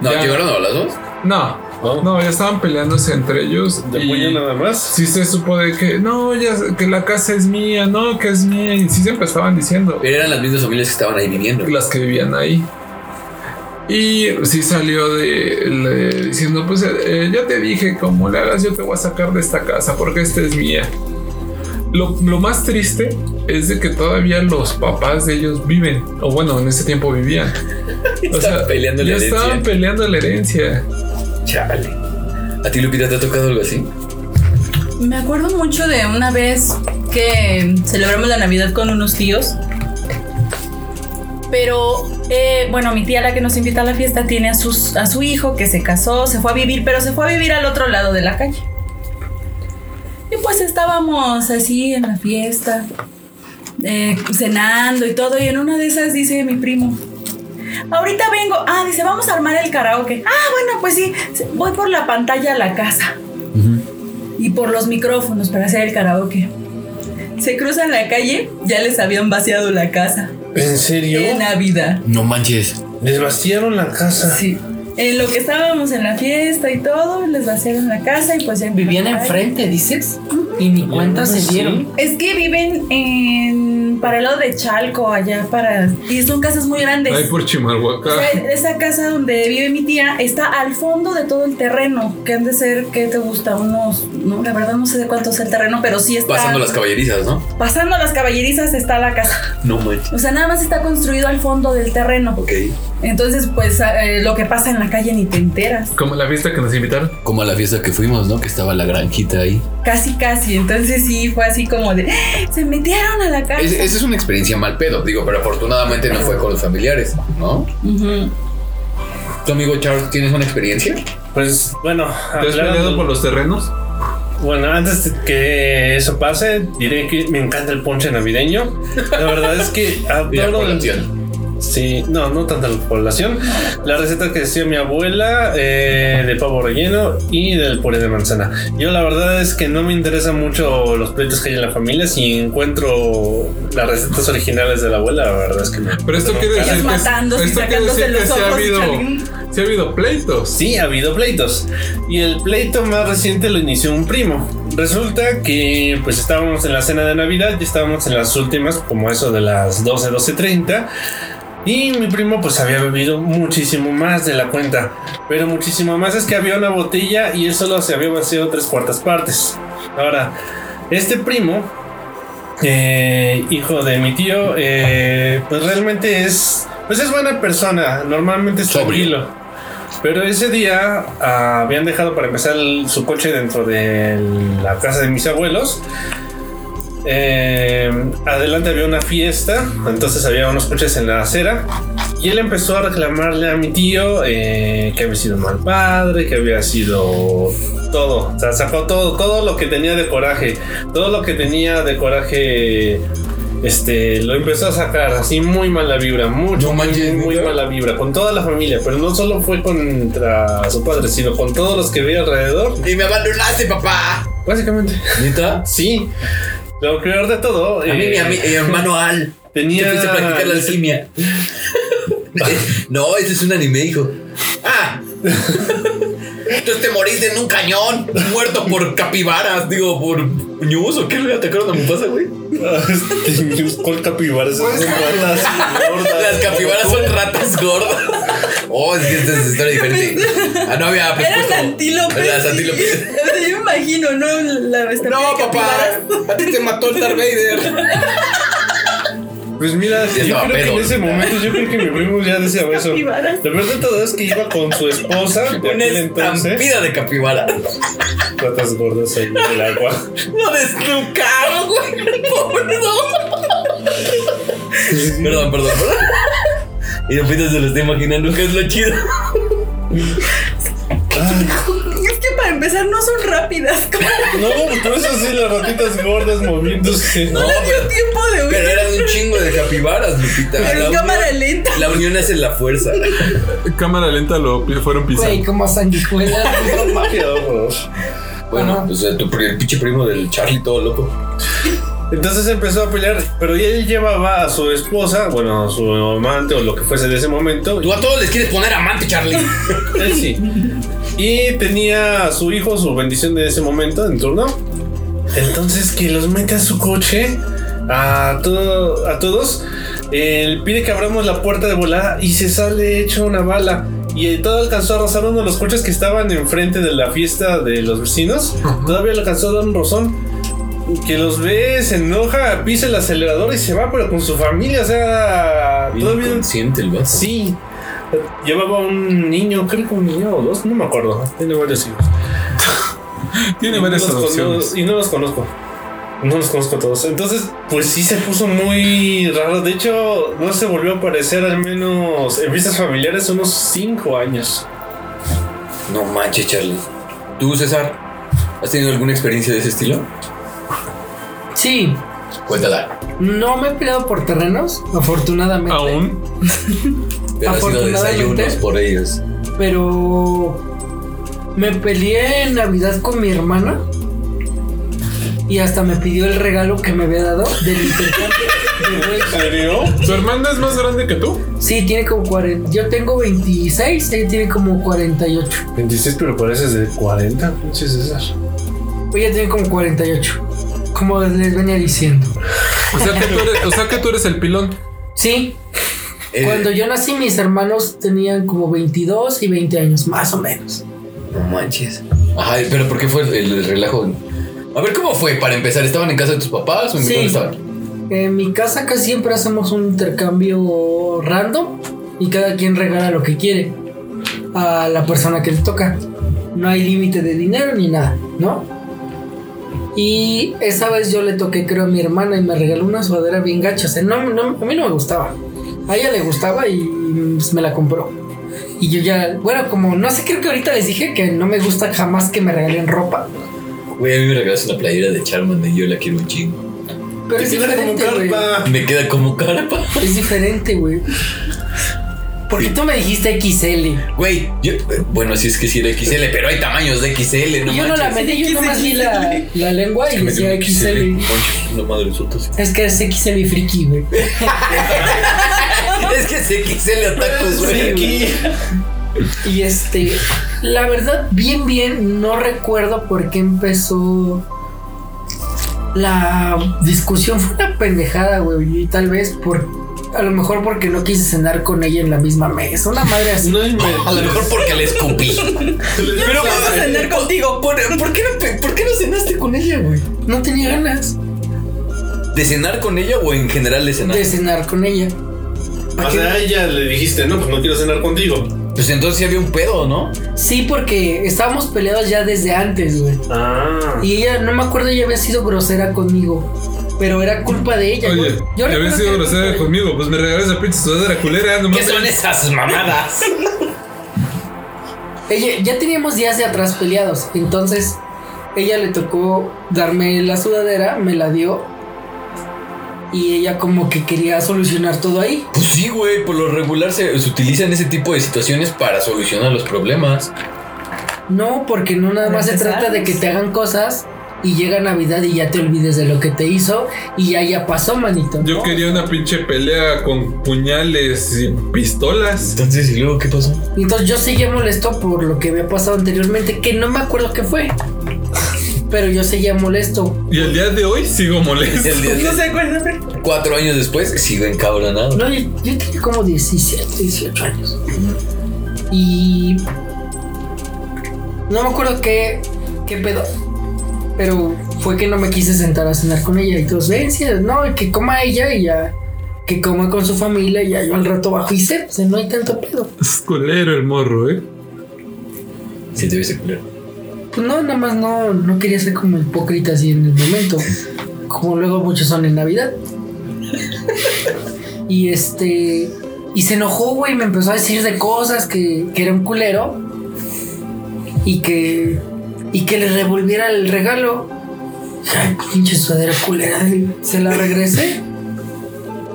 No, Eh, Ya. llegaron a balazos. No, Oh. no, ya estaban peleándose entre ellos. De y puño nada más. sí se supo de que, no, ya, que la casa es mía, no, que es mía. Y sí se empezaban diciendo Pero eran las mismas familias que estaban ahí viviendo. las que vivían ahí. Y sí salió de, le- diciendo, pues eh, ya te dije, como le hagas, yo te voy a sacar de esta casa porque esta es mía. Lo, lo más triste es de que todavía los papás de ellos viven, o bueno, en ese tiempo vivían. O sea, Estaban peleando la ya herencia. estaban peleando la herencia. Chale. ¿A ti, Lupita, te ha tocado algo así? Me acuerdo mucho de una vez que celebramos la Navidad con unos tíos. Pero, eh, bueno, mi tía, la que nos invita a la fiesta, tiene a, sus, a su hijo que se casó, se fue a vivir, pero se fue a vivir al otro lado de la calle. Y pues estábamos así en la fiesta, eh, cenando y todo, y en una de esas dice mi primo. Ahorita vengo. Ah, dice, vamos a armar el karaoke. Ah, bueno, pues sí, voy por la pantalla a la casa y por los micrófonos para hacer el karaoke. Se cruzan la calle, ya les habían vaciado la casa. ¿En serio? En Navidad. No manches. Les vaciaron la casa. Sí. En lo que estábamos en la fiesta y todo, les vaciaron la casa y pues ya Vivían Ay. enfrente, dices. Y ni cuenta se dieron. Es que viven en para el lado de Chalco, allá para. Y son casas muy grandes. Ay, por O Chimalhuaca. sea, esa casa donde vive mi tía está al fondo de todo el terreno, que han de ser, ¿qué te gusta? Unos, no, la verdad no sé de cuánto es el terreno, pero sí está. Pasando las caballerizas, ¿no? pasando las caballerizas está la casa. No manches. O sea, nada más está construido al fondo del terreno. Ok. Entonces, pues eh, lo que pasa en la calle ni te enteras. Como la fiesta que nos invitaron. Como a la fiesta que fuimos, ¿no? Que estaba la granjita ahí. Casi, casi. Entonces sí, fue así como de... "¡Ah! Se metieron a la casa. Es- Esa es una experiencia mal pedo, digo, pero afortunadamente no fue con los familiares, ¿no? Ujú. ¿Tu amigo Charles tienes una experiencia? Pues bueno, ¿Te has hablando- peleado por los terrenos? Bueno, antes de que eso pase, diré que me encanta el ponche navideño. La verdad es que Y la adoro- población. Sí, no, no tanta la población. La receta que decía mi abuela eh, de pavo relleno y del puré de manzana. Yo la verdad es que no me interesan mucho los pleitos que hay en la familia. Si encuentro las recetas originales de la abuela, la verdad es que no. Pero esto no. quiere decir Ellos que, matándose y esto quiere sacándose decir que los sí ha ojos y habido, salen- sí ha habido pleitos. Sí, ha habido pleitos. Y el pleito más reciente lo inició un primo. Resulta que pues estábamos en la cena de Navidad, ya estábamos en las últimas, como eso de las 12, 12.30. Y mi primo pues había bebido muchísimo más de la cuenta. Pero muchísimo más es que había una botella y él solo se había vaciado tres cuartas partes. Ahora, este primo, eh, hijo de mi tío, eh, pues realmente es... Pues es buena persona, normalmente es Sobrio. tranquilo. Pero ese día ah, habían dejado para empezar el- su coche dentro de la casa de mis abuelos. Eh, adelante había una fiesta, entonces había unos coches en la acera. Y él empezó a reclamarle a mi tío eh, que había sido mal padre, que había sido todo. O sea, sacó todo, todo lo que tenía de coraje. Todo lo que tenía de coraje. Este, lo empezó a sacar así muy mala vibra, mucho, No manches, muy, muy ¿neta? mala vibra, con toda la familia, pero no solo fue contra su padre, sino con todos los que veía alrededor. Y me abandonaste, papá. Básicamente. ¿Neta? Sí. Lo peor de todo. A mí, eh, mi, ami- mi hermano Al. Tenía- Te fuiste a practicar la alquimia. no, ese es un anime, hijo. Ah. Entonces te moriste en un cañón, muerto por capibaras, digo, por ñus o qué le atacaron a mi pasa, güey. ¿Cuál Este, capibaras? Esas son ratas gordas. Pues, Las capibaras son ratas gordas. Oh, es que esta es historia diferente. Ah, no había Eran puesto- antílopes. Las antílopes. O sea, Yo me imagino, ¿no? La No, estampida de capibaras. papá. A ti te mató el Darth Vader. Pues mira, Ya yo estaba creo que pedo. en ese momento yo creo que mi primo ya decía eso. Capibaras. Lo peor de todo es que iba con su esposa de Una aquel entonces. estampida de capibara. Ratas gordas ahí en el agua. Lo desnucaron, güey. el Pobre no. Perdón, perdón, perdón. Y de repente se lo está imaginando, que es lo chido. Es que para empezar no son rápidas. ¿cómo? No, por eso sí las ratitas gordas moviéndose. No les dio tiempo de Pero huir. eran un chingo de capibaras, Lupita. Pero La en cámara unión, lenta. la unión hace la fuerza. Cámara lenta lo pi- fueron Güey, pisando. como sanguijuela. Qué horror. Bueno, Ajá. pues eh, tu pri- el pinche primo del Charlie todo loco. Entonces empezó a pelear, pero ya él llevaba a su esposa, bueno, a su amante o lo que fuese de ese momento. Tú a todos les quieres poner amante, Charlie. Él Eh, sí. Y tenía a su hijo, su bendición de ese momento en turno. Entonces que los mete a su coche a, todo, a todos. Él pide que abramos la puerta de volada y se sale hecho una bala. Y eh, todo alcanzó a rozar uno de los coches que estaban enfrente de la fiesta de los vecinos. Todavía le alcanzó a dar un rozón. Que los ve, se enoja, pisa el acelerador y se va, pero con su familia. O sea, todavía Siente el vaso. Sí. Llevaba un niño, creo que un niño o dos, no me acuerdo. Tiene varios hijos. Tiene Y varias no los opciones. conozco- Y no los conozco. No los conozco a todos. Entonces, pues sí se puso muy raro. De hecho, no se volvió a aparecer al menos en vistas familiares unos cinco años. No manches, Charlie. Tú, César, ¿has tenido alguna experiencia de ese estilo? Sí, Cuéntala. no me he peleado por terrenos, afortunadamente. Aún. Pero ha sido Afortunadamente- desayunos por ellos. Pero me peleé en Navidad con mi hermana. Y hasta me pidió el regalo que me había dado del intercambio de Reyes. serio? ¿Tu hermana es más grande que tú? Sí, tiene como 40. Yo tengo 26, ella tiene como 48. 26, pero pareces de 40, pinche César. Ella tiene como 48. Como les venía diciendo. O sea que tú eres, o sea que tú eres el pilón. Sí, Eh, cuando yo nací, mis hermanos tenían como 22 y 20 años, más o menos. No manches. Ay, pero ¿por qué fue el, el relajo? A ver, ¿cómo fue para empezar? ¿Estaban en casa de tus papás o en Sí. dónde estaban? En mi casa casi siempre hacemos un intercambio random y cada quien regala lo que quiere a la persona que le toca. No hay límite de dinero ni nada, ¿no? Y esa vez yo le toqué, creo, a mi hermana y me regaló una sudadera bien gacha. O sea, no, no, a mí no me gustaba. A ella le gustaba y pues, me la compró. Y yo ya, bueno, como no sé, creo que ahorita les dije que no me gusta jamás que me regalen ropa. Güey, a mí me regalaste una playera de Charmander y yo la quiero un chingo. Pero es diferente, güey. Me queda como carpa. Es diferente, güey. Porque tú me dijiste XL. Güey, yo. eh, Bueno, si es que sí era XL, pero hay tamaños de XL, no y yo no la manches. medí, yo nomás vi la, la lengua Es y que me dio decía un XL. XL. Poncho, No madre, soto, sí. Es que es XL friki, güey. Es que es XL Pues, atacos, güey. Y este, la verdad, bien, bien, no recuerdo por qué empezó la discusión. Fue una pendejada, güey. Y tal vez por. A lo mejor porque no quise cenar con ella en la misma mesa. Una madre así. No A lo mejor porque le escupí. Pero pues, no quiero cenar contigo. ¿Por, por qué no, pe- ¿Por qué no cenaste con ella, güey? No tenía ganas ¿De cenar con ella o en general de cenar? de cenar con ella. ¿Para O qué? sea, a ella le dijiste, no, pues no quiero cenar contigo. Pues entonces sí había un pedo, ¿no? Sí, porque estábamos peleados ya desde antes, güey. Ah. Y ella, no me acuerdo, ella había sido grosera conmigo. Pero era culpa de ella. Oye, Yo- yo ya había recuerdo que sido era grosera culpa de- conmigo. Pues me regalas esa pinche sudadera culera. No ¿Qué mames. son esas mamadas? Ella, ya teníamos días de atrás peleados. Entonces, ella le tocó darme la sudadera, me la dio. Y ella como que quería solucionar todo ahí. Pues sí, güey, por lo regular se, se utilizan ese tipo de situaciones para solucionar los problemas. No, porque no nada más se Gracias, trata de que Alex. te hagan cosas y llega Navidad y ya te olvides de lo que te hizo y ya ya pasó, manito. Yo quería una pinche pelea con puñales y pistolas. Entonces, ¿y luego qué pasó? Entonces yo seguía molesto por lo que había pasado anteriormente, que no me acuerdo qué fue. Pero yo seguía molesto. Y el día de hoy sigo molesto. El día- No se acuerda, pero. Cuatro años después, sigo encabronado. No, yo, yo tenía como 17, 18 años. Y... No me acuerdo qué, qué pedo. Pero fue que no me quise sentar a cenar con ella. Y todos, ven, sí, no, que coma ella y ya. Que coma con su familia y ya yo al rato bajo y se, se no hay tanto pedo. Es culero el morro, eh. Si te hubiese culero. Pues no, nada más no, no quería ser como hipócrita así en el momento. Como luego muchos son en Navidad. Y este. Y se enojó, güey. Me empezó a decir de cosas que, que era un culero. Y que. Y que le revolviera el regalo. Dije, Ay, pinche sudadera culera. Se la regresé.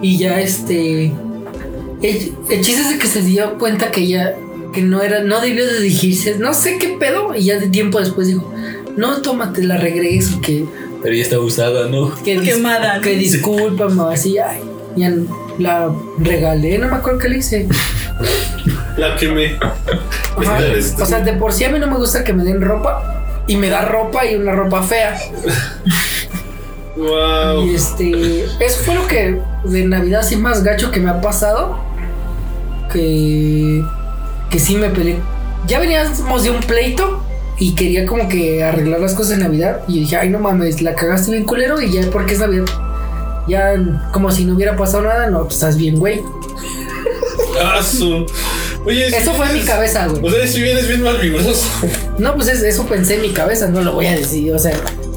Y ya este. El, el chiste es de que se dio cuenta que ya que no era, no debió de dirigirse, no sé qué pedo, y ya de tiempo después dijo, no, tómate, la regreso, que, Pero ya está usada, ¿no? que, dis- Quemada, ¿no? que disculpa, mamá, así, ay, ya la regalé, no me acuerdo qué le hice. La que me. Ajá. Este- O sea, de por sí a mí no me gusta que me den ropa, y me da ropa y una ropa fea. Wow. Y este, eso fue lo que de Navidad sí más gacho que me ha pasado. Que, que sí me peleé. Ya veníamos de un pleito y quería como que arreglar las cosas en Navidad. Y yo dije, ay, no mames, la cagaste bien culero y ya porque es Navidad. Ya como si no hubiera pasado nada, no, pues estás bien, güey. Ah, su- Oye, Eso si fue en mi vienes- cabeza, O güey. sea, si vienes bien mal vigoroso. No, pues es- eso pensé en mi cabeza, no lo voy a decir. O sea,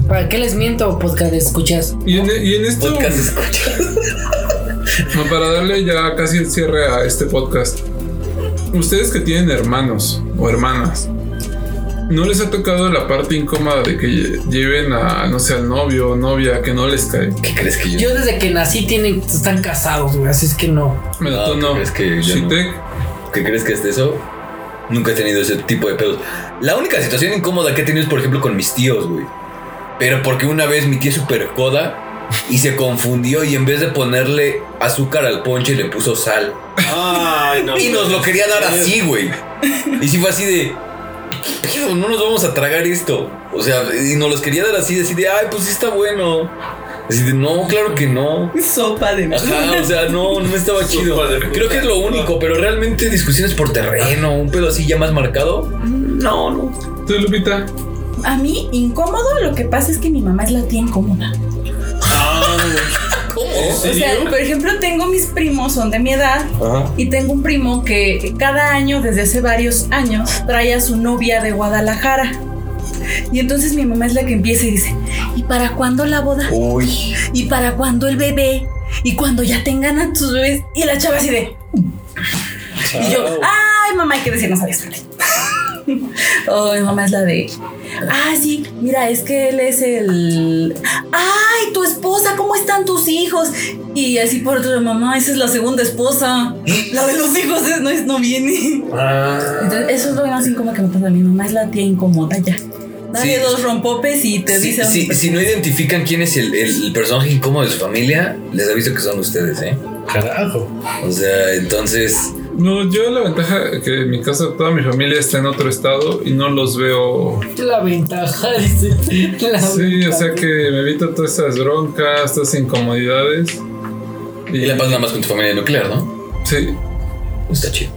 ¿para qué les miento, podcast? ¿Escuchas? Y en, y en esto, Podcast escucha. no, para darle ya casi el cierre a este podcast, ustedes que tienen hermanos o hermanas, ¿no les ha tocado la parte incómoda de que lle- lleven a, no sé, al novio o novia que no les cae? ¿Qué crees que yo? Yo desde que nací tienen, están casados, güey, así es que no. Bueno, Ah, tú no. es que yo Si no. te- ¿Qué crees que es de eso? Nunca he tenido ese tipo de pedos. La única situación incómoda que he tenido es, por ejemplo, con mis tíos, güey. Pero porque una vez mi tía es super coda y se confundió y en vez de ponerle azúcar al ponche le puso sal. Ay, no. Y nos lo quería dar así, güey. Y si fue así de. ¿Qué pedo? No nos vamos a tragar esto. O sea, y nos los quería dar así, así de, ay, pues sí está bueno. Así de, no, claro que no. Sopa de Ajá, o sea, no, no estaba chido. Sopa de fruta. Creo que es lo único, pero realmente discusiones por terreno, un pedo así ya más marcado. No, no. tú, Lupita, A mí, incómodo, lo que pasa es que mi mamá es la tía incómoda. Ah. ¿Cómo? O sea, por ejemplo, tengo mis primos, son de mi edad, Ajá. y tengo un primo que cada año, desde hace varios años, trae a su novia de Guadalajara. Y entonces mi mamá es la que empieza y dice, ¿y para cuándo la boda? Uy. ¿Y para cuándo el bebé? ¿Y cuando ya tengan a tus bebés? Y la chava así de... Y yo, ay, mamá, hay que decirnos a veces. Ay, mamá es la de... Ah, sí, mira, es que él es el... Ay, tu esposa, ¿cómo están tus hijos? Y así por otro, mamá, esa es la segunda esposa. La de los hijos es, no, es, no viene. Entonces, eso es lo más incómodo que me pasa. Mi mamá es la tía incómoda ya. Dale Sí. dos rompopes y te Si, dice... si, si no identifican quién es el, el- el personaje incómodo de su familia, les aviso que son ustedes, ¿eh? Carajo. O sea, entonces. No, yo la ventaja que en mi casa toda mi familia está en otro estado y no los veo. La ventaja, dice. La Sí, o ventaja. sea que me evito todas esas broncas, todas esas incomodidades. Y la paz nada más con tu familia nuclear, ¿no? Sí, Está chido.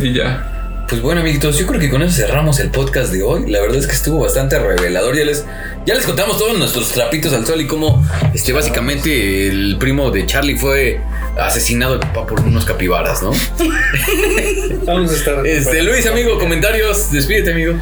y ya. Pues bueno, amiguitos, yo creo que con eso cerramos el podcast de hoy. La verdad es que estuvo bastante revelador. Ya les, ya les contamos todos nuestros trapitos al sol y cómo este, básicamente el primo de Charlie fue asesinado el papá por unos capibaras, ¿no? Vamos a estar. Este, Luis, amigo, comentarios. Despídete, amigo.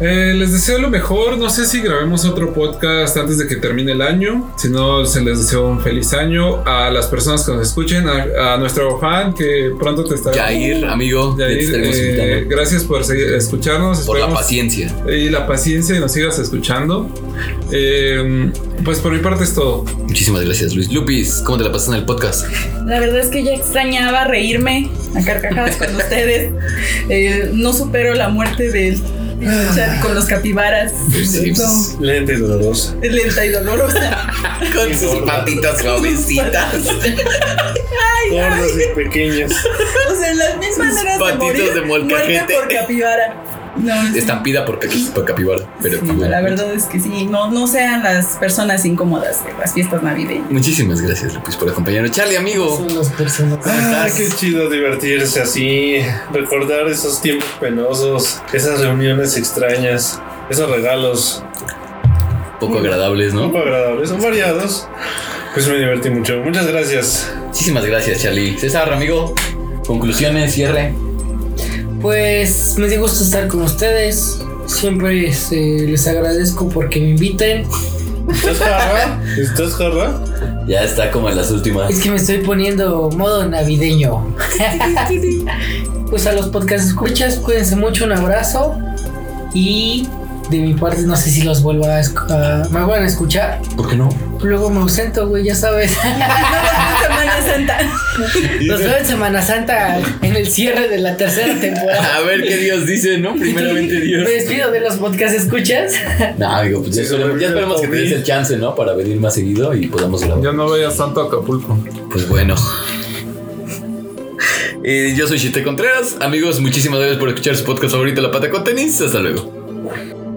Eh, les deseo lo mejor. No sé si grabemos otro podcast antes de que termine el año. Si no, se les deseo un feliz año a las personas que nos escuchen, a, a nuestro fan que pronto te estará. Jair, amigo. ya Yair, te estaremos eh, invitando. gracias por seguir- escucharnos. Por la Esperemos- paciencia. y la paciencia y nos sigas escuchando. Eh, pues por mi parte es todo. Muchísimas gracias, Luis. Lupis, ¿cómo te la pasaste en el podcast? La verdad es que ya extrañaba reírme a carcajadas con ustedes. Eh, no supero la muerte del Escuchar con los capibaras. Sí, pues, Lenta y dolorosa. Es lenta y dolorosa. Con sus patitas suavecitas. Gordas y pequeñas. O sea, las mismas maneras de patitos morir. de molcajete. muerta por capibara. No, es- Estampida por, capi- por capibara. Pero sí, bueno. la verdad es que sí. No, no sean las personas incómodas de las fiestas navideñas. Muchísimas gracias, Lupis, por acompañarnos. Charlie, amigo. este Son las personas. Ah, qué chido divertirse así, recordar esos tiempos penosos, esas reuniones extrañas, esos regalos Poco agradables, poco ¿no? agradables, son variados. Pues me divertí mucho. Muchas gracias. Muchísimas gracias, Charlie. César, amigo. Conclusiones, cierre. Pues me dio gusto estar con ustedes. Siempre este, les agradezco porque me inviten. ¿Estás jarra? ¿Estás jarra? Ya está como en las últimas. Es que me estoy poniendo modo navideño. Pues a los podcast escuchas, cuídense mucho, un abrazo. Y de mi parte, no sé si los vuelvo a, esc- a- me van a escuchar. ¿Por qué no? Luego me ausento, güey, ya sabes. Semana Santa. Los veo en Semana Santa en el cierre de la tercera temporada. A ver qué Dios dice, ¿no? Primeramente Dios. Me despido de los podcast escuchas. No, amigo, pues ya, Sí, esperemos- ya esperemos que te des el chance, ¿no? Para venir más seguido y podamos grabar. Ya no vayas tanto a Acapulco. Pues bueno. Eh, yo soy Chite Contreras. Amigos, muchísimas gracias por escuchar su podcast favorito, La Pata con Tenis. Hasta luego.